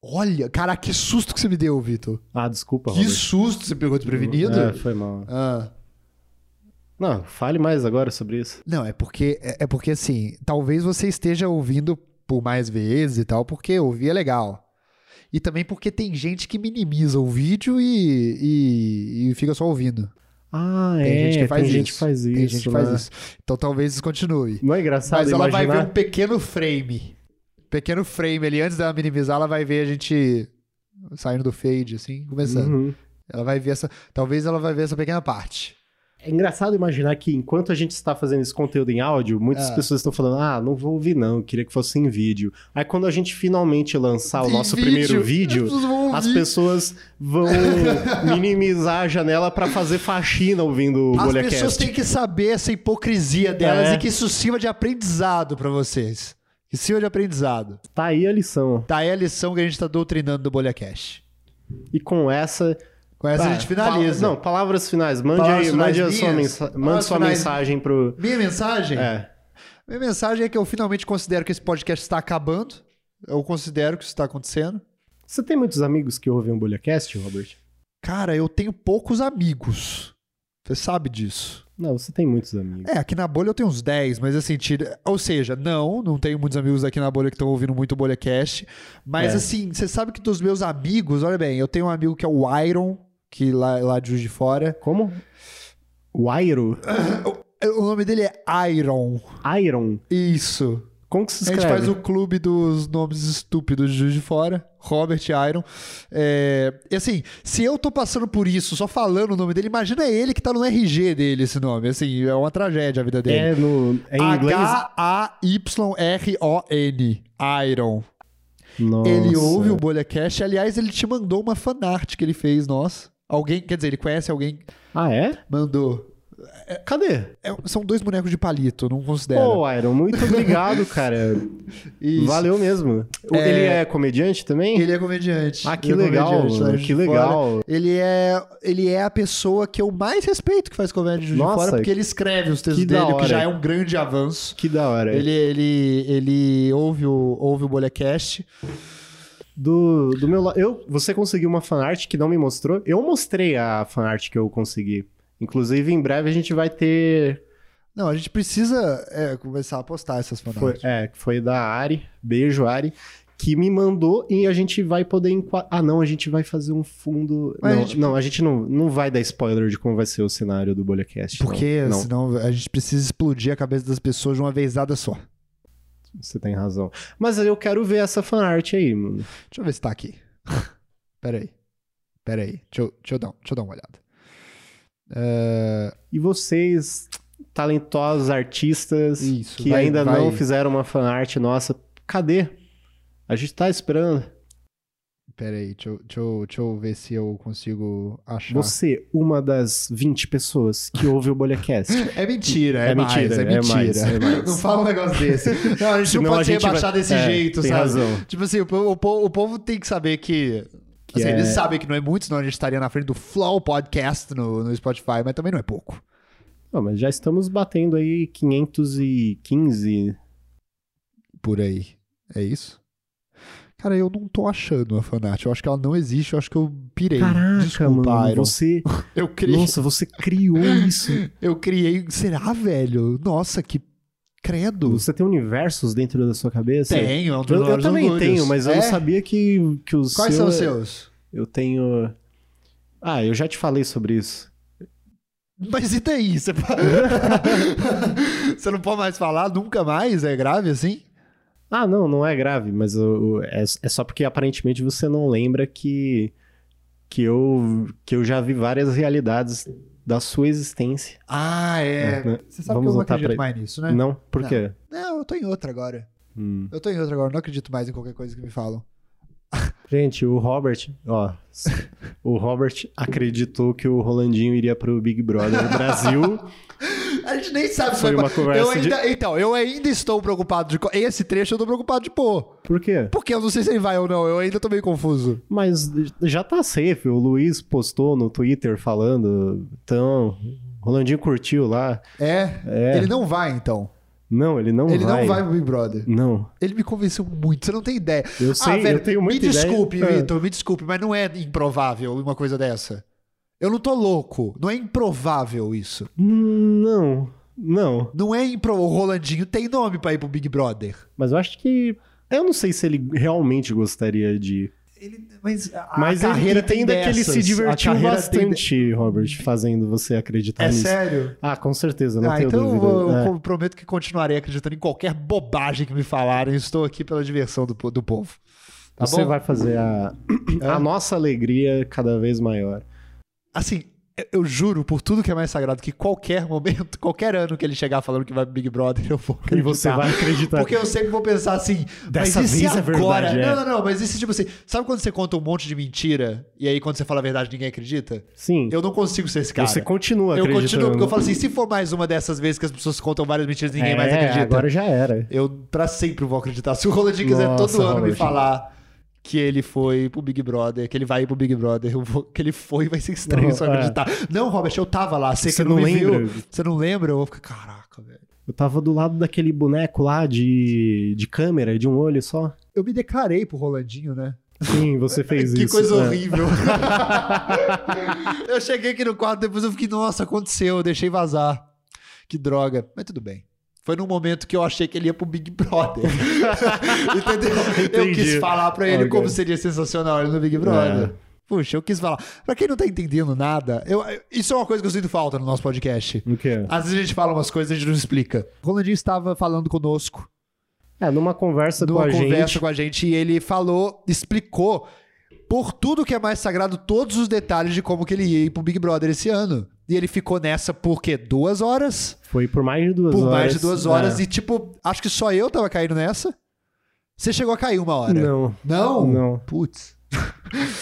S1: olha, cara, que susto que você me deu, Vitor.
S2: Ah, desculpa,
S1: Que
S2: Robert.
S1: susto, você pegou desprevenido?
S2: É, foi mal.
S1: Ah.
S2: Não, fale mais agora sobre isso.
S1: Não, é porque, é é porque assim, talvez você esteja ouvindo por mais vezes e tal, porque ouvir é legal. E também porque tem gente que minimiza o vídeo e, e, e fica só ouvindo.
S2: Ah,
S1: Tem
S2: é.
S1: gente que faz
S2: tem gente
S1: isso.
S2: que faz isso.
S1: Tem gente que faz
S2: né?
S1: isso. Então talvez isso continue.
S2: Não é engraçado
S1: Mas ela
S2: imaginar?
S1: vai ver um pequeno frame. Pequeno frame ali, antes dela minimizar, ela vai ver a gente saindo do fade, assim, começando.
S2: Uhum.
S1: Ela vai ver essa. Talvez ela vai ver essa pequena parte.
S2: É engraçado imaginar que enquanto a gente está fazendo esse conteúdo em áudio, muitas
S1: É.
S2: pessoas estão falando: ah, não vou ouvir não, eu queria que fosse em vídeo. Aí quando a gente finalmente lançar Ah, o
S1: Em
S2: nosso primeiro vídeo,
S1: pessoas vão
S2: as
S1: ouvir.
S2: pessoas vão minimizar a janela para fazer faxina ouvindo o
S1: As pessoas
S2: BolhaCast.
S1: têm que saber essa hipocrisia delas
S2: É.
S1: e que isso sirva de aprendizado pra vocês. Que sirva de aprendizado.
S2: Tá aí a lição.
S1: Tá aí a lição que a gente tá doutrinando do Bolha Cash.
S2: E com essa.
S1: Com essa
S2: Pá,
S1: a gente finaliza.
S2: Não, palavras finais. Mande
S1: Palavras
S2: aí,
S1: finais
S2: mande a sua,
S1: minhas?
S2: mensa mande
S1: Palavras
S2: sua
S1: finais-
S2: mensagem pro.
S1: Minha mensagem?
S2: É.
S1: Minha mensagem é que eu finalmente considero que esse podcast está acabando. Eu considero que isso está acontecendo.
S2: Você tem muitos amigos que ouvem o BolhaCast, Robert?
S1: Cara, eu tenho poucos amigos. Você sabe disso.
S2: Não, você tem muitos amigos.
S1: É, aqui na bolha eu tenho uns 10, mas assim, tira... ou seja, não, não tenho muitos amigos aqui na bolha que estão ouvindo muito o BolhaCast. Mas
S2: É.
S1: assim, você sabe que dos meus amigos, olha bem, eu tenho um amigo que é o Iron, que lá, lá de Juiz de Fora.
S2: Como? O Airo?
S1: O nome dele é Iron.
S2: Iron?
S1: Isso.
S2: Como que se
S1: A
S2: escreve?
S1: gente faz o clube dos nomes estúpidos de Juiz de Fora, Robert Iron. É, E assim, se eu tô passando por isso só falando o nome dele, imagina ele que tá no RG dele esse nome. Assim, é uma tragédia a vida dele.
S2: É, no, é em inglês?
S1: H-A-Y-R-O-N. Iron.
S2: Nossa.
S1: Ele ouve o Bolha Cash. Aliás, ele te mandou uma fanart que ele fez, nós. Alguém, quer dizer, ele conhece alguém,
S2: Ah, é?
S1: mandou.
S2: Cadê?
S1: É, são dois bonecos de palito, não considero.
S2: Pô, Iron, muito obrigado, cara.
S1: Isso.
S2: Valeu mesmo. Ele é comediante também?
S1: Ele é comediante.
S2: Ah, que
S1: Ele é
S2: legal,
S1: comediante lá
S2: mano,
S1: de
S2: que
S1: fora.
S2: legal.
S1: Ele é, ele é a pessoa que eu mais respeito que faz comédia de
S2: Nossa,
S1: fora, porque ele escreve os textos
S2: que da
S1: dele, o
S2: hora. É.
S1: que já é um grande avanço.
S2: Que da hora.
S1: Ele, ele, ele ouve o, ouve o Bolha Cash.
S2: Do, do meu lado. Eu, você conseguiu uma fanart que não me mostrou? Eu mostrei a fanart que eu consegui. Inclusive, em breve a gente vai ter.
S1: Não, a gente precisa é, começar a postar essas
S2: Foi,
S1: fanarts.
S2: é, que foi da Ari. Beijo, Ari. Que me mandou e a gente vai poder. enqua- Ah, não, a gente vai fazer um fundo.
S1: Mas a
S2: não,
S1: gente-
S2: não, a gente não, não vai dar spoiler de como vai ser o cenário do BolhaCast. não.
S1: Porque
S2: não.
S1: senão a gente precisa explodir a cabeça das pessoas de uma vezada só.
S2: Você tem razão. Mas eu quero ver essa fanart aí, mano.
S1: Deixa eu ver se tá aqui. Peraí. Peraí. Deixa eu, deixa eu, dar, deixa eu dar uma olhada.
S2: E vocês, talentosos artistas
S1: Isso,
S2: que
S1: vai-
S2: ainda não
S1: vai-
S2: fizeram uma fanart nossa, cadê? A gente tá esperando.
S1: Pera aí, deixa eu, deixa, eu, deixa eu ver se eu consigo achar.
S2: Você, uma das 20 pessoas que ouve o Bolhacast.
S1: É mentira, é,
S2: É
S1: mais,
S2: mentira,
S1: é
S2: é
S1: mentira.
S2: mais, é mais.
S1: Não fala um negócio desse. Não, a gente
S2: Senão
S1: não
S2: a
S1: pode
S2: gente vai-
S1: rebaixar desse
S2: É,
S1: jeito,
S2: tem
S1: sabe?
S2: razão.
S1: Tipo assim, o, po- o po- o povo tem que saber que.
S2: Que
S1: assim,
S2: é-
S1: Eles sabem que não é muito, senão a gente estaria na frente do Flow Podcast no, no Spotify, mas também não é pouco.
S2: Não, mas já estamos batendo aí 515.
S1: Por aí. É isso? Cara, eu não tô achando a Fanart. Eu acho que ela não existe, eu acho que eu pirei. Desculpa, Iron.
S2: Ah, você...
S1: Eu criei.
S2: Nossa, você criou isso.
S1: Eu criei. Será, velho? Nossa, que credo.
S2: Você tem universos dentro da sua cabeça?
S1: Tenho, é um dos
S2: Eu, eu
S1: maiores
S2: também
S1: orgulhos.
S2: tenho, mas eu não
S1: É?
S2: sabia que, que os
S1: Quais são
S2: seu
S1: os
S2: é-
S1: seus?
S2: Eu tenho... Ah, eu já te falei sobre isso.
S1: Mas e daí? Você, pa- Você não pode mais falar nunca mais? É grave assim?
S2: Ah, não, não é grave, mas eu- eu- é, é só porque aparentemente você não lembra que, que, eu, que eu já vi várias realidades da sua existência.
S1: Ah, é.
S2: né?
S1: Você sabe
S2: Vamos
S1: que eu não
S2: voltar
S1: acredito
S2: pra-
S1: mais nisso, né?
S2: Não? Por
S1: Não.
S2: quê?
S1: Não, eu tô em outra agora.
S2: Hum.
S1: Eu tô em outra agora, eu não acredito mais em qualquer coisa que me falam.
S2: Gente, o Robert, ó, o Robert acreditou que o Rolandinho iria pro Big Brother Brasil.
S1: A gente nem sabe se
S2: Foi
S1: vai-
S2: uma conversa
S1: eu ainda- Então, eu ainda estou preocupado de. co- Esse trecho eu tô preocupado de pôr.
S2: Por quê?
S1: Porque eu não sei se ele vai ou não, eu ainda tô meio confuso.
S2: Mas já tá safe, o Luiz postou no Twitter falando, então, o Rolandinho curtiu lá.
S1: É? Ele não vai, então.
S2: Não, ele não
S1: ele
S2: vai.
S1: não vai pro Big Brother.
S2: Não,
S1: Ele me convenceu muito, você não tem ideia.
S2: eu sei,
S1: ah, velho,
S2: eu tenho muita
S1: me
S2: ideia.
S1: desculpe,
S2: Ah,
S1: Vitor, me desculpe, mas não é improvável uma coisa dessa. Eu não tô louco, não é improvável isso.
S2: Não, não,
S1: Não é improvável. O Rolandinho tem nome pra ir pro Big Brother.
S2: mas eu acho que... Eu não sei se ele realmente gostaria de ir.
S1: Mas a
S2: Mas ele-
S1: carreira
S2: ele tem ainda que ele se
S1: dessas.
S2: divertiu
S1: A carreira tem de-
S2: bastante, Robert, fazendo você acreditar
S1: É
S2: nisso.
S1: sério?
S2: Ah, com certeza, não
S1: ah,
S2: tenho
S1: então eu
S2: dúvida.
S1: vou-
S2: É.
S1: eu prometo que continuarei acreditando em qualquer bobagem que me falarem. Estou aqui pela diversão do, po- do povo. Tá
S2: Você
S1: bom? É.
S2: vai fazer a, a nossa alegria cada vez maior.
S1: Assim, eu- eu juro por tudo que é mais sagrado que qualquer momento, qualquer ano que ele chegar falando que vai pro Big Brother, eu vou
S2: E
S1: acreditar.
S2: você vai acreditar.
S1: Porque eu sempre vou pensar assim,
S2: Dessa
S1: mas e se
S2: vez é
S1: agora?
S2: verdade, é.
S1: Não, não, não, mas e se tipo assim, sabe quando você conta um monte de mentira e aí quando você fala a verdade ninguém acredita?
S2: Sim,
S1: Eu não consigo ser esse cara.
S2: você continua
S1: eu
S2: acreditando.
S1: continuo, porque eu falo assim, se for mais uma dessas vezes que as pessoas contam várias mentiras e ninguém
S2: é,
S1: mais acredita,
S2: agora já era.
S1: eu pra sempre vou acreditar. Se o Rolandinho quiser
S2: Nossa,
S1: todo ano me
S2: Rolandinho.
S1: falar que ele foi pro Big Brother, que ele vai ir pro Big Brother, eu vou- que ele foi, vai ser estranho
S2: Não,
S1: só
S2: é.
S1: acreditar. Não, Robert, eu tava lá, sei
S2: Você
S1: que não,
S2: não
S1: me
S2: lembra?
S1: viu. Você não lembra? Eu vou ficar, caraca, velho.
S2: Eu tava do lado daquele boneco lá de, de câmera, de um olho só.
S1: Eu me declarei pro Rolandinho, né?
S2: Sim, você fez
S1: que
S2: isso.
S1: coisa
S2: né?
S1: horrível. eu cheguei aqui no quarto, depois eu fiquei, nossa, aconteceu, eu deixei vazar. Que droga. Mas tudo bem. Foi num momento que eu achei que ele ia pro Big Brother. Entendeu? Eu
S2: Entendi.
S1: quis falar pra ele
S2: Ok.
S1: como seria sensacional ele no Big Brother.
S2: É.
S1: Puxa, eu quis falar. Pra quem não tá entendendo nada, eu- eu- isso é uma coisa que eu sinto falta no nosso podcast.
S2: O quê?
S1: Às vezes a gente fala umas coisas e a gente não explica. O Rolandinho estava falando conosco
S2: É, numa conversa
S1: numa
S2: com a
S1: conversa
S2: gente.
S1: com a gente e ele falou, explicou por tudo que é mais sagrado, todos os detalhes de como que ele ia ir pro Big Brother esse ano. E ele ficou nessa por quê? Duas horas?
S2: Foi por mais de duas
S1: por
S2: horas.
S1: mais de duas horas.
S2: É.
S1: E tipo, acho que só eu tava caindo nessa. Você chegou a cair uma hora.
S2: Não,
S1: Não?
S2: Não.
S1: Putz.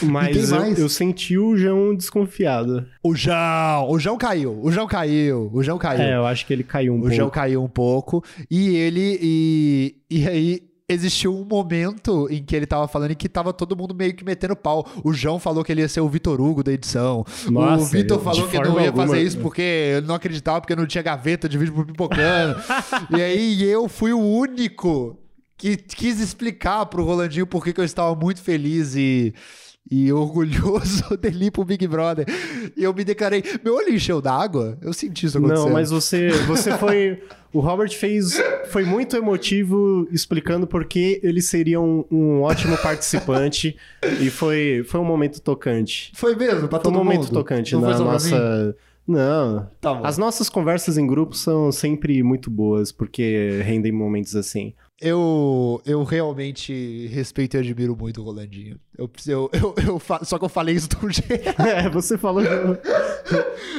S2: mas eu,
S1: mais?
S2: eu senti o João desconfiado.
S1: O João. O João caiu. O João caiu. O João caiu.
S2: É, eu acho que ele caiu um
S1: O
S2: pouco.
S1: João caiu um pouco. E ele. E, e aí. Existiu um momento em que ele tava falando e que tava todo mundo meio que metendo pau. O João falou que ele ia ser o Vitor Hugo da edição.
S2: Nossa,
S1: o Vitor
S2: de
S1: falou que
S2: forma
S1: não ia
S2: alguma.
S1: fazer isso porque ele não acreditava, porque não tinha gaveta de vídeo pro pipocando. e aí eu fui o único que quis explicar pro Rolandinho por que que eu estava muito feliz e. E orgulhoso dele ir pro Big Brother. E eu me declarei. Meu olho encheu d'água. Eu senti isso acontecendo.
S2: Não, mas você, você foi. O Robert fez. Foi muito emotivo explicando por que ele seria um, um ótimo participante. e foi, foi um momento tocante.
S1: Foi mesmo, pra
S2: Foi
S1: todo
S2: um momento
S1: mundo?
S2: tocante
S1: Não foi
S2: na
S1: só pra mim?
S2: nossa. Não.
S1: Tá bom.
S2: As nossas conversas em grupo são sempre muito boas, porque rendem momentos assim.
S1: Eu, eu realmente respeito e admiro muito o Rolandinho. Eu, preciso- eu, eu, eu fa- Só que eu falei isso de um jeito.
S2: É, você falou.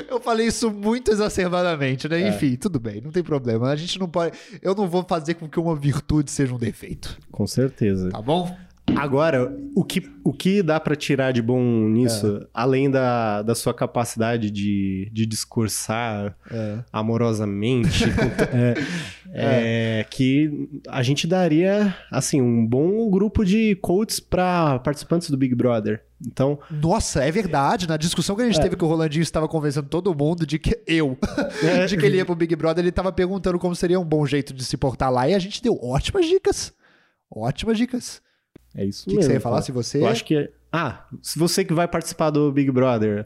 S1: Eu falei isso muito exacerbadamente, né? Enfim, tudo bem, não tem problema. A gente não pode. Eu não vou fazer com que uma virtude seja um defeito,
S2: Com certeza.
S1: tá bom?
S2: Agora, o que, o que dá pra tirar de bom
S1: É.
S2: nisso, além da, da sua capacidade de, de discursar
S6: É.
S2: amorosamente, é, é que a gente daria, assim, um bom grupo de coaches pra participantes do Big Brother. Então,
S1: Nossa, é verdade. Na discussão que a gente teve que o Rolandinho estava convencendo todo mundo de que eu,
S2: é,
S1: de que ele ia pro Big Brother, ele estava perguntando como seria um bom jeito de se portar lá e a gente deu ótimas dicas. Ótimas dicas.
S2: é isso
S1: O que, que você ia falar se você.
S2: Eu acho que. Ah, se você que vai participar do Big Brother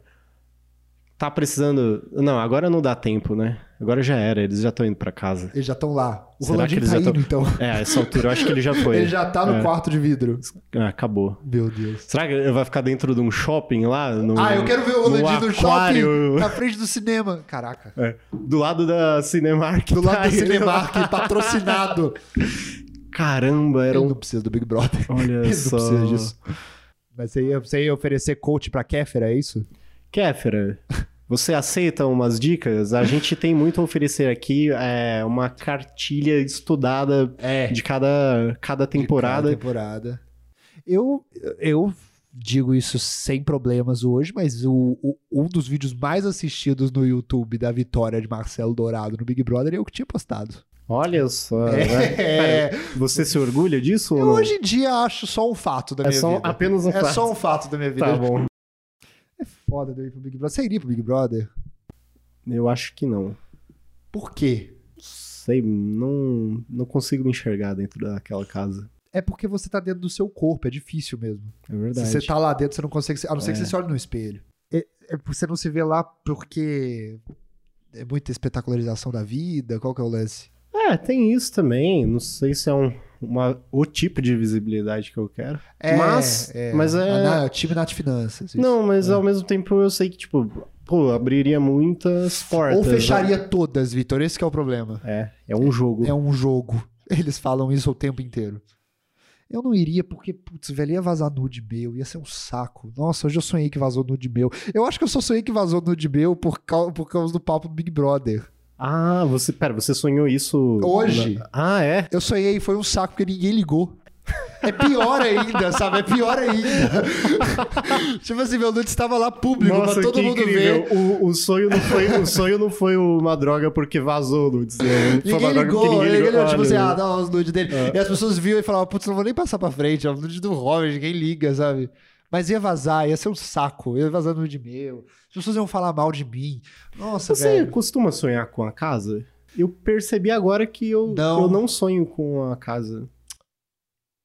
S2: tá precisando. Não, agora não dá tempo, né? Agora já era, eles já estão indo pra casa.
S1: Eles já estão lá. O
S2: Será que
S1: Rolandinho
S2: eles
S1: tá
S2: já
S1: indo,
S2: tão-
S1: então.
S2: É, a essa altura eu acho que ele já foi.
S1: Ele já tá no
S2: É.
S1: quarto de vidro.
S2: Ah, acabou.
S1: Meu Deus.
S2: Será que ele vai ficar dentro de um shopping lá? No...
S1: Ah, eu quero ver o
S2: no
S1: Rolandinho do shopping
S2: aquário.
S1: na frente do cinema. Caraca.
S2: É, do lado da Cinemark.
S1: Do lado
S2: tá
S1: do
S2: ele lá.
S1: Cinemark, patrocinado.
S2: Caramba, era
S1: Ele
S2: um.
S1: não precisa do Big Brother.
S2: Olha
S1: Ele
S2: só.
S1: não precisa disso. Mas você ia, você ia oferecer coach pra Kéfera, é isso?
S2: Kéfera, você aceita umas dicas? A gente tem muito a oferecer aqui, é, uma cartilha estudada
S1: É.
S2: de cada, cada temporada.
S1: Cada temporada. Eu, eu digo isso sem problemas hoje, mas o, o- um dos vídeos mais assistidos no YouTube da vitória de Marcelo Dourado no Big Brother é eu que tinha postado.
S2: Olha só. né?
S1: É,
S2: Você se orgulha disso ou
S1: eu
S2: não?
S1: hoje em dia acho só um fato da
S2: é
S1: minha
S2: só
S1: vida.
S2: apenas um
S1: É
S2: fato.
S1: só um fato da minha vida.
S2: Tá bom.
S1: É foda de eu ir pro Big Brother. Você iria pro Big Brother?
S2: Eu acho que não.
S1: Por quê?
S2: Sei, não, não consigo me enxergar dentro daquela casa.
S1: É porque você tá dentro do seu corpo, é difícil mesmo.
S2: É verdade.
S1: Se você tá lá dentro, você não consegue. se- A não ser que
S2: É.
S1: você se olhe no espelho. É, é porque você não se vê lá porque é muita espetacularização da vida. Qual que é o lance?
S2: É, tem isso também. Não sei se é um, uma, o tipo de visibilidade que eu quero.
S1: É, É.
S2: Mas- mas é-
S1: Ah, não, é o time Nath Finanças. isso.
S2: Não, mas ao mesmo tempo eu sei que, tipo, pô, abriria muitas portas.
S1: Ou fecharia todas, Vitor. Esse que é o problema.
S2: É, é um jogo.
S1: É um jogo. Eles falam isso o tempo inteiro. Eu não iria porque, putz, velho, ia vazar nude meu, ia ser um saco. Nossa, hoje eu sonhei que vazou nude meu. Eu acho que eu só sonhei que vazou nude meu por causa, por causa do papo do Big Brother.
S2: Ah, você. Pera, você sonhou isso.
S1: Hoje?
S2: na- Ah, é?
S1: Eu sonhei e foi um saco porque ninguém ligou. É pior ainda, sabe? É pior ainda. tipo assim, meu nude estava lá público
S2: Nossa,
S1: pra todo
S2: que
S1: mundo ver.
S2: incrível. O, o sonho não foi, o sonho não foi uma droga porque vazou, não dizer. Foi
S1: Ninguém
S2: uma droga
S1: ligou,
S2: porque
S1: ninguém ligou,
S2: olha,
S1: tipo assim,
S2: né?
S1: ah, dá uns nudes dele.
S2: é.
S1: E as pessoas viam e falavam, putz, não vou nem passar pra frente, é um nude do Robert, ninguém liga, sabe? Mas ia vazar, ia ser um saco, ia vazar nude meu, as pessoas iam falar mal de mim. Nossa,
S2: Você
S1: velho.
S2: costuma sonhar com a casa? Eu percebi agora que eu
S1: Não.
S2: eu não sonho com a casa.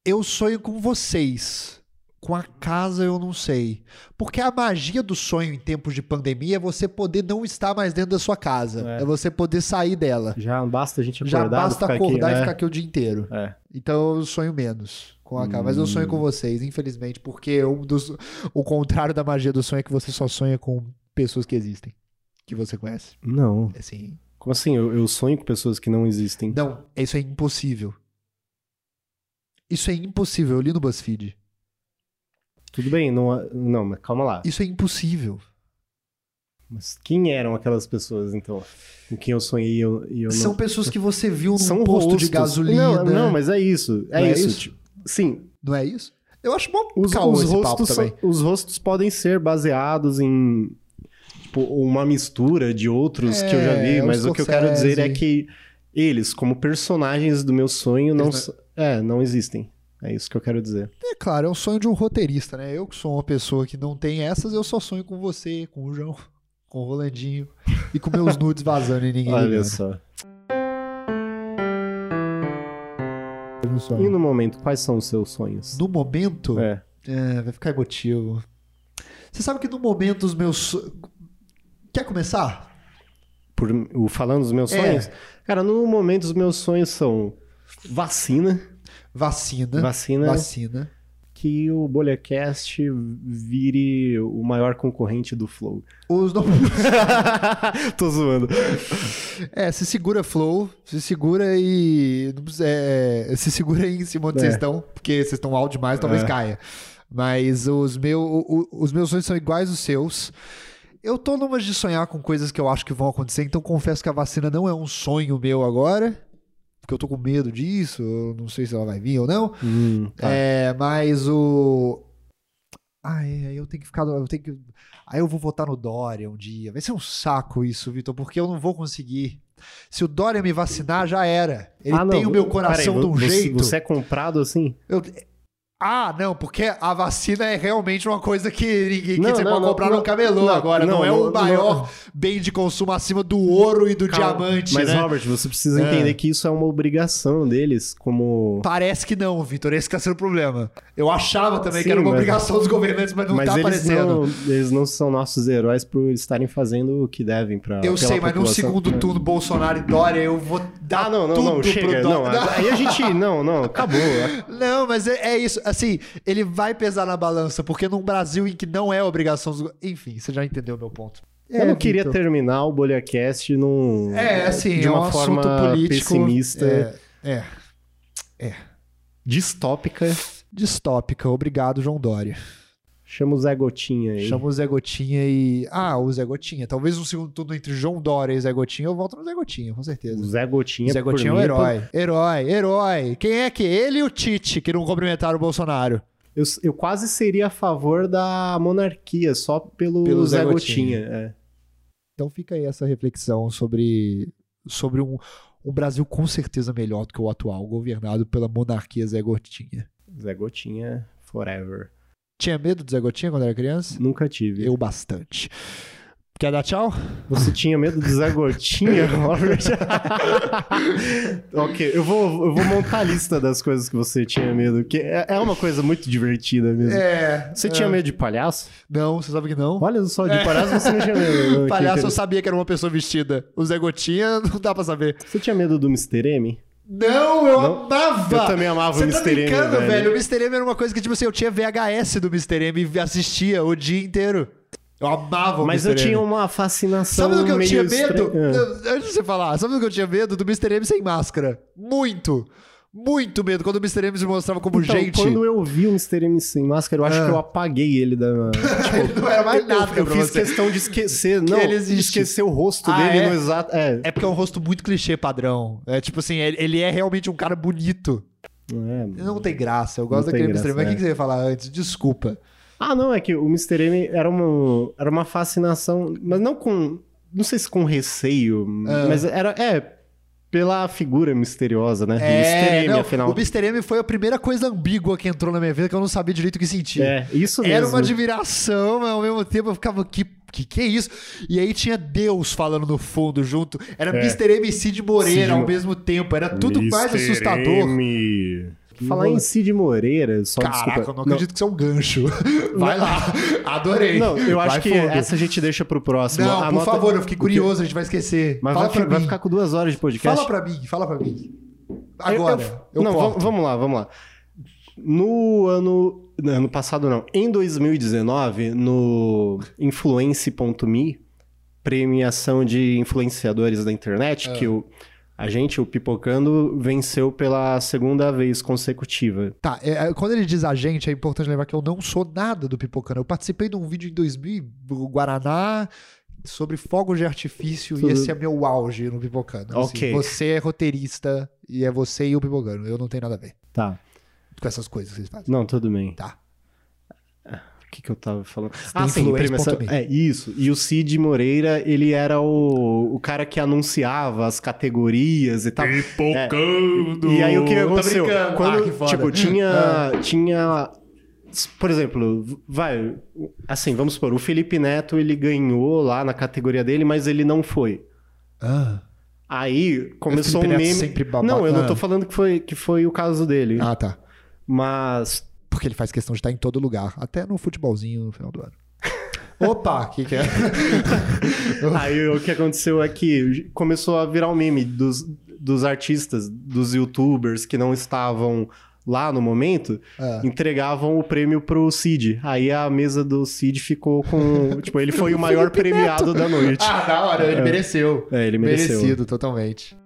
S1: Eu sonho com vocês. Com a casa eu não sei. Porque a magia do sonho em tempos de pandemia é você poder não estar mais dentro da sua casa.
S2: É.
S1: É, você poder sair dela.
S2: Já basta a gente acordar,
S1: Já
S2: não
S1: basta
S2: ficar
S1: acordar
S2: aqui,
S1: e
S2: né?
S1: ficar aqui o dia inteiro.
S2: É. Hum.
S1: Então eu sonho menos com a K, mas eu sonho com vocês, infelizmente, porque um dos- o contrário da magia do sonho é que você só sonha com pessoas que existem, que você conhece.
S2: Não.
S1: Assim,
S2: Como assim? Eu, eu sonho com pessoas que não existem.
S1: não, isso é impossível. Isso é impossível, eu li no BuzzFeed.
S2: Tudo bem, não, não, mas calma lá.
S1: Isso é impossível.
S2: Mas quem eram aquelas pessoas, então? Com quem eu sonhei e eu, e eu
S1: São
S2: não...
S1: pessoas que você viu num
S2: São
S1: posto
S2: rostos.
S1: de gasolina.
S2: Não, não, mas é isso. É
S1: Não é
S2: isso.
S1: isso?
S2: tipo, sim,
S1: Não é isso? Eu acho bom
S2: os,
S1: caô
S2: os
S1: esse papo
S2: rostos
S1: também.
S2: são- os rostos podem ser baseados em tipo, uma mistura de outros que eu já
S1: É,
S2: vi,
S1: o
S2: mas o que eu quero dizer é
S1: Scorsese.
S2: que eles, como personagens do meu sonho, não,
S1: Eles
S2: so- é, não existem. É isso que eu quero dizer.
S1: É claro, é um sonho de um roteirista, né? Eu que sou uma pessoa que não tem essas, eu só sonho com você, com o João, com o Rolandinho e com meus nudes vazando e ninguém
S2: Olha
S1: ligando.
S2: só.
S1: Eu não
S2: E
S1: um sonho.
S2: no momento, quais são os seus sonhos?
S1: No momento,
S2: É.
S1: é, vai ficar emotivo. Você sabe que no momento os meus... so- Quer começar?
S2: Por, o, falando dos meus
S1: É.
S2: sonhos? Cara, no momento, os meus sonhos são vacina.
S1: Vacina. né?
S2: Vacina.
S1: Vacina.
S2: que o Bolhacast vire o maior concorrente do Flow.
S1: Os no-
S2: Tô zoando.
S1: É, se segura flow, se segura e... não precisa- é, se segura aí em cima onde
S2: É.
S1: vocês estão, porque vocês estão alto demais, talvez
S2: É.
S1: caia. Mas os, meu, o- o- os meus sonhos são iguais aos seus. Eu tô numa de sonhar com coisas que eu acho que vão acontecer, então confesso que a vacina não é um sonho meu agora. porque eu tô com medo disso, eu não sei se ela vai vir ou não.
S2: Hum, tá.
S1: É, mas o. Ai, aí eu tenho que ficar. Eu tenho que... Aí eu vou votar no Dória um dia. Vai ser um saco isso, Vitor, porque eu não vou conseguir. Se o Dória me vacinar, já era. Ele
S2: Ah, não,
S1: tem o meu
S2: peraí,
S1: coração de um
S2: você-
S1: jeito.
S2: Você é comprado assim?
S1: Eu- Ah, não, porque a vacina é realmente uma coisa que ninguém que
S2: Não,
S1: você
S2: não,
S1: pode
S2: não,
S1: comprar
S2: não,
S1: no camelô
S2: não,
S1: agora. Não,
S2: não,
S1: é
S2: não,
S1: o
S2: não.
S1: maior bem de consumo acima do ouro e do
S2: Calma,
S1: diamante,
S2: Mas,
S1: né?
S2: Robert, você precisa
S1: É.
S2: entender que isso é uma obrigação deles, como.
S1: Parece que não, Vitor. Esse que tá sendo o problema. Eu achava também que
S2: Sim,
S1: era uma
S2: mas-
S1: obrigação dos governantes, mas não
S2: mas
S1: tá
S2: eles,
S1: aparecendo.
S2: não, eles não são nossos heróis por estarem fazendo o que devem pra.
S1: Eu
S2: Ah, pela
S1: sei, mas no
S2: população. É.
S1: segundo turno, Bolsonaro e Dória, eu vou dar
S2: Ah, não, não,
S1: tudo
S2: não,
S1: pro
S2: chega. Não, é.
S1: Dória.
S2: aí a gente. Não, não, acabou.
S1: Não, mas é, é isso. Assim, ele vai pesar na balança, porque num Brasil em que não é obrigação dos... Enfim, você já entendeu o meu ponto. É,
S2: Eu não queria
S1: Vitor.
S2: terminar o BolhaCast num.
S1: É, assim,
S2: de
S1: é um
S2: uma forma
S1: assunto político.
S2: pessimista,
S1: É, é.
S2: distópica.
S1: Distópica. Obrigado, João Dória.
S2: Chama o Zé Gotinha aí.
S1: Chama o Zé Gotinha e... Ah, o Zé Gotinha. Talvez um segundo turno entre João Dória e Zé Gotinha, eu volto no Zé Gotinha, com certeza.
S2: O Zé Gotinha,
S1: Zé
S2: por
S1: Gotinha é um
S2: mim,
S1: herói. Herói, herói. Quem é que? Ele e o Tite, que não cumprimentaram o Bolsonaro.
S2: Eu, eu quase seria a favor da monarquia, só pelo,
S1: Pelo Zé
S2: Zé
S1: Gotinha.
S2: Gotinha. é.
S1: Então fica aí essa reflexão sobre, sobre um, um Brasil com certeza melhor do que o atual, governado pela monarquia Zé Gotinha.
S2: Zé Gotinha forever.
S1: Tinha medo do Zé Gotinha quando era criança?
S2: Nunca tive.
S1: Eu bastante. Quer dar tchau?
S2: Você tinha medo do Zé Gotinha, Robert? ok, eu vou, eu vou montar a lista das coisas que você tinha medo, que é, é uma coisa muito divertida mesmo.
S1: É.
S2: Você tinha medo de palhaço?
S1: Não, você sabe que não.
S2: Olha só, de palhaço você não tinha medo. né? Ok,
S1: É. Palhaço eu
S2: querido.
S1: sabia que era uma pessoa vestida. O Zé Gotinha não dá pra saber.
S2: Você tinha medo do Mr. M?
S1: Não, eu
S2: Não.
S1: amava!
S2: Eu também amava
S1: Você
S2: o
S1: tá
S2: Mr. M,
S1: brincando, velho.
S2: velho.
S1: O Mr. M era uma coisa que, tipo assim, eu tinha VHS do Mr. M e assistia o dia inteiro. Eu um amava o
S2: Mas
S1: Mr.
S2: eu tinha
S1: M.
S2: uma fascinação
S1: Sabe do que eu
S2: meio
S1: tinha
S2: estranha.
S1: medo? Eu- Antes de você falar, sabe do que eu tinha medo? Do Mr. M sem máscara. Muito, muito medo. Quando o Mr. M se mostrava como
S2: Então,
S1: gente, Ah.
S2: quando eu vi o Mr. M sem máscara, eu acho que eu apaguei ele da. Tipo,
S1: não era mais
S2: eu,
S1: nada
S2: eu
S1: pra
S2: fiz
S1: você.
S2: questão de esquecer, não,
S1: ele existe.
S2: esquecer o rosto
S1: Ah,
S2: dele
S1: é?
S2: no exato. É,
S1: É porque é um rosto muito clichê padrão. É tipo assim, ele ele é realmente um cara bonito.
S2: é, mano.
S1: Não tem graça. Eu gosto
S2: Não tem
S1: daquele
S2: graça,
S1: Mr. M. Mas o que
S2: é.
S1: que você ia falar antes? Desculpa.
S2: Ah, não, é que o Mr. M era uma, era uma fascinação, mas não com. Não sei se com receio,
S1: Ah.
S2: mas era. É, pela figura misteriosa, né? Mr. M,
S1: É, não,
S2: afinal.
S1: O Mr. M foi a primeira coisa ambígua que entrou na minha vida que eu não sabia direito o que sentia.
S2: É, isso mesmo.
S1: Era uma admiração, mas ao mesmo tempo eu ficava, que, que que é isso? E aí tinha Deus falando no fundo junto. Era
S2: É.
S1: Mr. M e Cid Moreira
S2: Cid
S1: ao
S2: Mo-
S1: mesmo tempo. Era tudo mais assustador.
S2: Falar em Cid Moreira, só
S1: Caraca,
S2: desculpa.
S1: eu não acredito que isso é um gancho. Vai lá. Adorei.
S2: Não, eu acho
S1: Vai
S2: que
S1: fundo.
S2: essa a gente deixa pro próximo.
S1: Não, por
S2: Anota-
S1: favor, eu fiquei
S2: Porque-
S1: curioso, a gente vai esquecer.
S2: Mas
S1: fala
S2: vai,
S1: pra
S2: vai
S1: mim.
S2: ficar com duas horas de podcast. É,
S1: Fala pra mim, fala pra mim.
S2: Eu- eu-
S1: Agora. Eu,
S2: não,
S1: corto.
S2: vamos, vamos lá, vamos lá. No ano. não, Ano passado não. Em 2019, no Influence.me, premiação de influenciadores da
S1: É.
S2: internet, que o, a gente, o Pipocando, venceu pela segunda vez consecutiva.
S1: Tá, é, é, quando ele diz a gente, é importante lembrar que eu não sou nada do Pipocano. Eu participei de um vídeo em 2000, e- do Guaraná, sobre fogos de artifício,
S2: Tudo.
S1: e esse é meu auge no Pipocano. Assim,
S2: Ok.
S1: você é roteirista, e é você e o Pipocano. Eu não tenho nada a ver
S2: Tá.
S1: com essas coisas que vocês fazem.
S2: Não, tudo bem.
S1: Tá.
S2: O que, que eu tava falando? Ah, sim,
S1: influence
S2: premiação.
S1: ponto me.
S2: É, isso. E o Cid Moreira, ele era o, o cara que anunciava as categorias e tal.
S7: Pipocando!
S2: E aí o que aconteceu?
S1: brincando.
S2: Quando,
S1: Ah, que foda. Ah.
S2: tipo, tinha, tinha... Por exemplo, v- vai... Assim, vamos supor, o Felipe Neto, ele ganhou lá na categoria dele, mas ele não foi.
S1: Ah,
S2: Aí começou
S1: Felipe
S2: um
S1: Neto
S2: meme...
S1: sempre babaca.
S2: não, eu não
S1: Ah.
S2: tô falando que foi, que foi o caso dele.
S1: ah, tá.
S2: Mas
S1: Porque ele faz questão de estar em todo lugar, até no futebolzinho no final do ano. Opa, o que, que é?
S2: Aí o que aconteceu é que começou a virar um meme dos, dos artistas, dos youtubers que não estavam lá no momento,
S1: Ah.
S2: entregavam o prêmio pro Cid. Aí a mesa do Cid ficou com. tipo, ele foi o maior premiado da noite.
S1: Ah, da hora, ele mereceu.
S2: É, ele mereceu.
S1: Merecido, totalmente.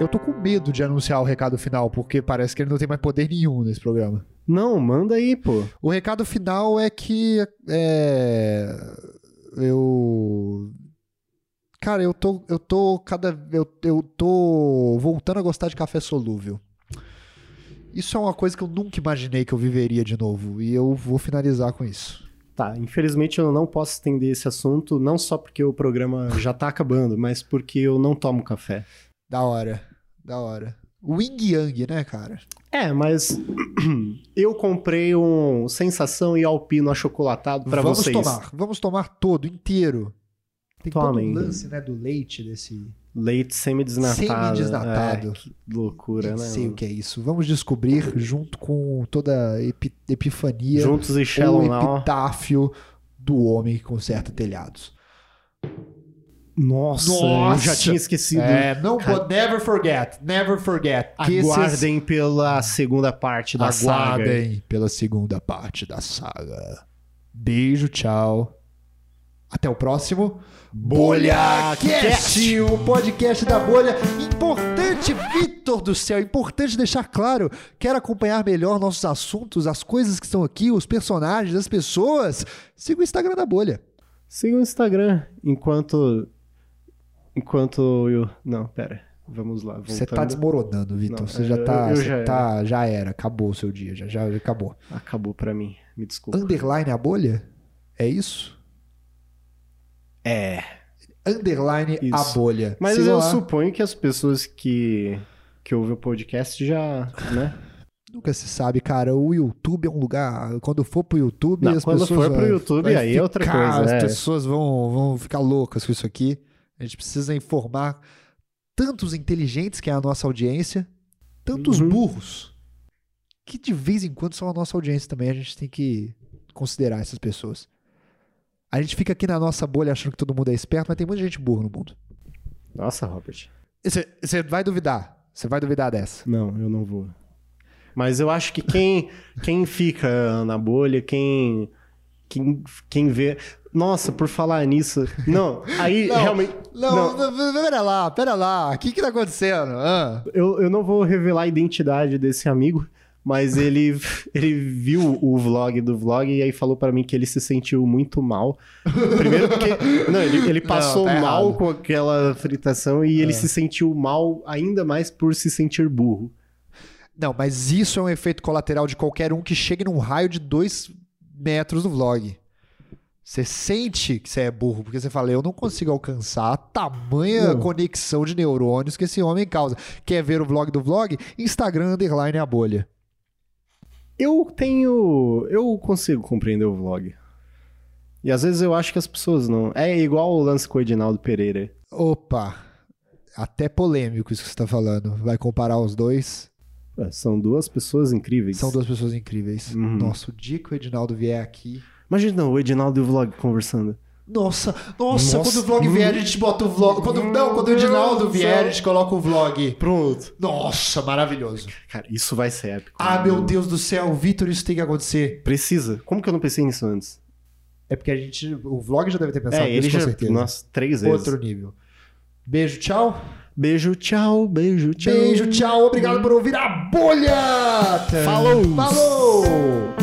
S1: Eu tô com medo de anunciar o recado final, porque parece que ele não tem mais poder nenhum nesse programa.
S2: Não, manda aí, pô.
S1: O recado final é que. É, eu. Cara, eu tô, eu tô cada, eu, eu tô voltando a gostar de café solúvel. Isso é uma coisa que eu nunca imaginei que eu viveria de novo e eu vou finalizar com isso.
S2: Tá, infelizmente eu não posso estender esse assunto, não só porque o programa já tá acabando, mas porque eu não tomo café.
S1: Da hora, da hora. Wing Yang, né, cara?
S2: É, mas eu comprei um Sensação e Alpino achocolatado pra
S1: vamos
S2: vocês.
S1: tomar, vamos tomar todo inteiro. Tem
S2: Tomem.
S1: todo um lance, né, do leite desse
S2: Leite semidesnatado.
S1: Semidesnatado.
S2: É, que loucura,
S1: não
S2: né?
S1: sei o
S2: mano?
S1: que é isso. Vamos descobrir junto com toda a epi- epifania
S2: Juntos e
S1: o
S2: Shallow Now.
S1: epitáfio do homem que conserta telhados.
S2: Nossa, eu já
S1: Nossa!
S2: tinha esquecido.
S1: É, não
S2: Cara-
S1: pode never forget, never forget. que esses-
S2: Aguardem pela segunda parte da saga.
S1: aguardem pela segunda parte da saga. Beijo, tchau. Até o próximo
S2: BolhaCast!
S1: BolhaCast, o podcast da bolha. Importante, Vitor do céu, importante deixar claro. Quer acompanhar melhor nossos assuntos, as coisas que estão aqui, os personagens, as pessoas? Siga o Instagram da bolha.
S2: Siga o Instagram enquanto. Enquanto eu. Não, pera. Vamos lá.
S1: Você tá
S2: voltando.
S1: desmoronando, Vitor.
S2: Não,
S1: Você já
S2: eu-
S1: tá,
S2: eu
S1: você
S2: já era.
S1: tá- já era, acabou o seu dia, já, já acabou.
S2: Acabou pra mim. Me desculpa.
S1: Underline a bolha? É isso?
S2: É.
S1: Underline a
S2: Isso.
S1: bolha.
S2: Mas
S1: Sigam
S2: eu
S1: lá.
S2: suponho que as pessoas que. que ouvem o podcast já. né?
S1: Nunca se sabe, cara. O YouTube é um lugar. Quando for pro YouTube,
S2: Não,
S1: as
S2: quando
S1: pessoas.
S2: for pro
S1: vai-
S2: YouTube,
S1: vai
S2: aí é outra
S1: ficar-
S2: coisa,
S1: As
S2: né?
S1: pessoas vão, vão ficar loucas com isso aqui. A gente precisa informar tantos inteligentes que é a nossa audiência, tantos
S2: Uhum.
S1: burros, que de vez em quando são a nossa audiência também. A gente tem que considerar essas pessoas. A gente fica aqui na nossa bolha achando que todo mundo é esperto, mas tem muita gente burra no mundo.
S2: Nossa, Robert.
S1: Você vai duvidar. Você vai duvidar dessa.
S2: Não, eu não vou. Mas eu acho que quem, quem fica na bolha, quem, quem. Quem vê. Nossa, por falar nisso. Não, aí
S1: Não,
S2: realmente.
S1: Não, pera lá, pera lá. O que que tá acontecendo? Ah.
S2: Eu, eu não vou revelar a identidade desse amigo, mas ele, ele viu o vlog do vlog e aí falou pra mim que ele se sentiu muito mal. Primeiro porque. Não, ele, ele passou
S1: tá
S2: mal
S1: errado. É.
S2: com aquela fritação e ele se sentiu mal ainda mais por se sentir burro.
S1: Não, mas isso é um efeito colateral de qualquer um que chegue num raio de dois metros do vlog. Você sente que você é burro, porque você fala, eu não consigo alcançar a tamanha
S2: Não.
S1: conexão de neurônios que esse homem causa. Quer ver o vlog do vlog? Instagram, underline, a bolha.
S2: Eu tenho. Eu consigo compreender o vlog. E às vezes eu acho que as pessoas não. É igual o lance com o Edinaldo Pereira.
S1: Opa, até polêmico isso que você tá falando. Vai comparar os dois?
S2: Ué, É, São duas pessoas incríveis.
S1: São duas pessoas incríveis.
S2: Uhum.
S1: Nossa, o dia que o Edinaldo vier aqui...
S2: Imagina o Edinaldo e o vlog conversando.
S1: Nossa, nossa,
S2: Nossa.
S1: quando o vlog vier, a gente bota o vlog. Quando, não, quando o Edinaldo vier, a gente coloca o vlog.
S2: Pronto.
S1: Nossa, maravilhoso.
S2: Cara, isso vai ser épico.
S1: Ah, meu Deus do céu, Vitor, isso tem que acontecer.
S2: Precisa. Como que eu não pensei nisso antes?
S1: É porque a gente. O vlog já deve ter pensado
S2: é, ele
S1: nisso,
S2: já.
S1: com certeza.
S2: Nossa, três vezes.
S1: Outro nível. Beijo, tchau.
S2: Beijo, tchau, beijo, tchau.
S1: Beijo, tchau. Obrigado por ouvir a bolha!
S2: Falou!
S1: Falou!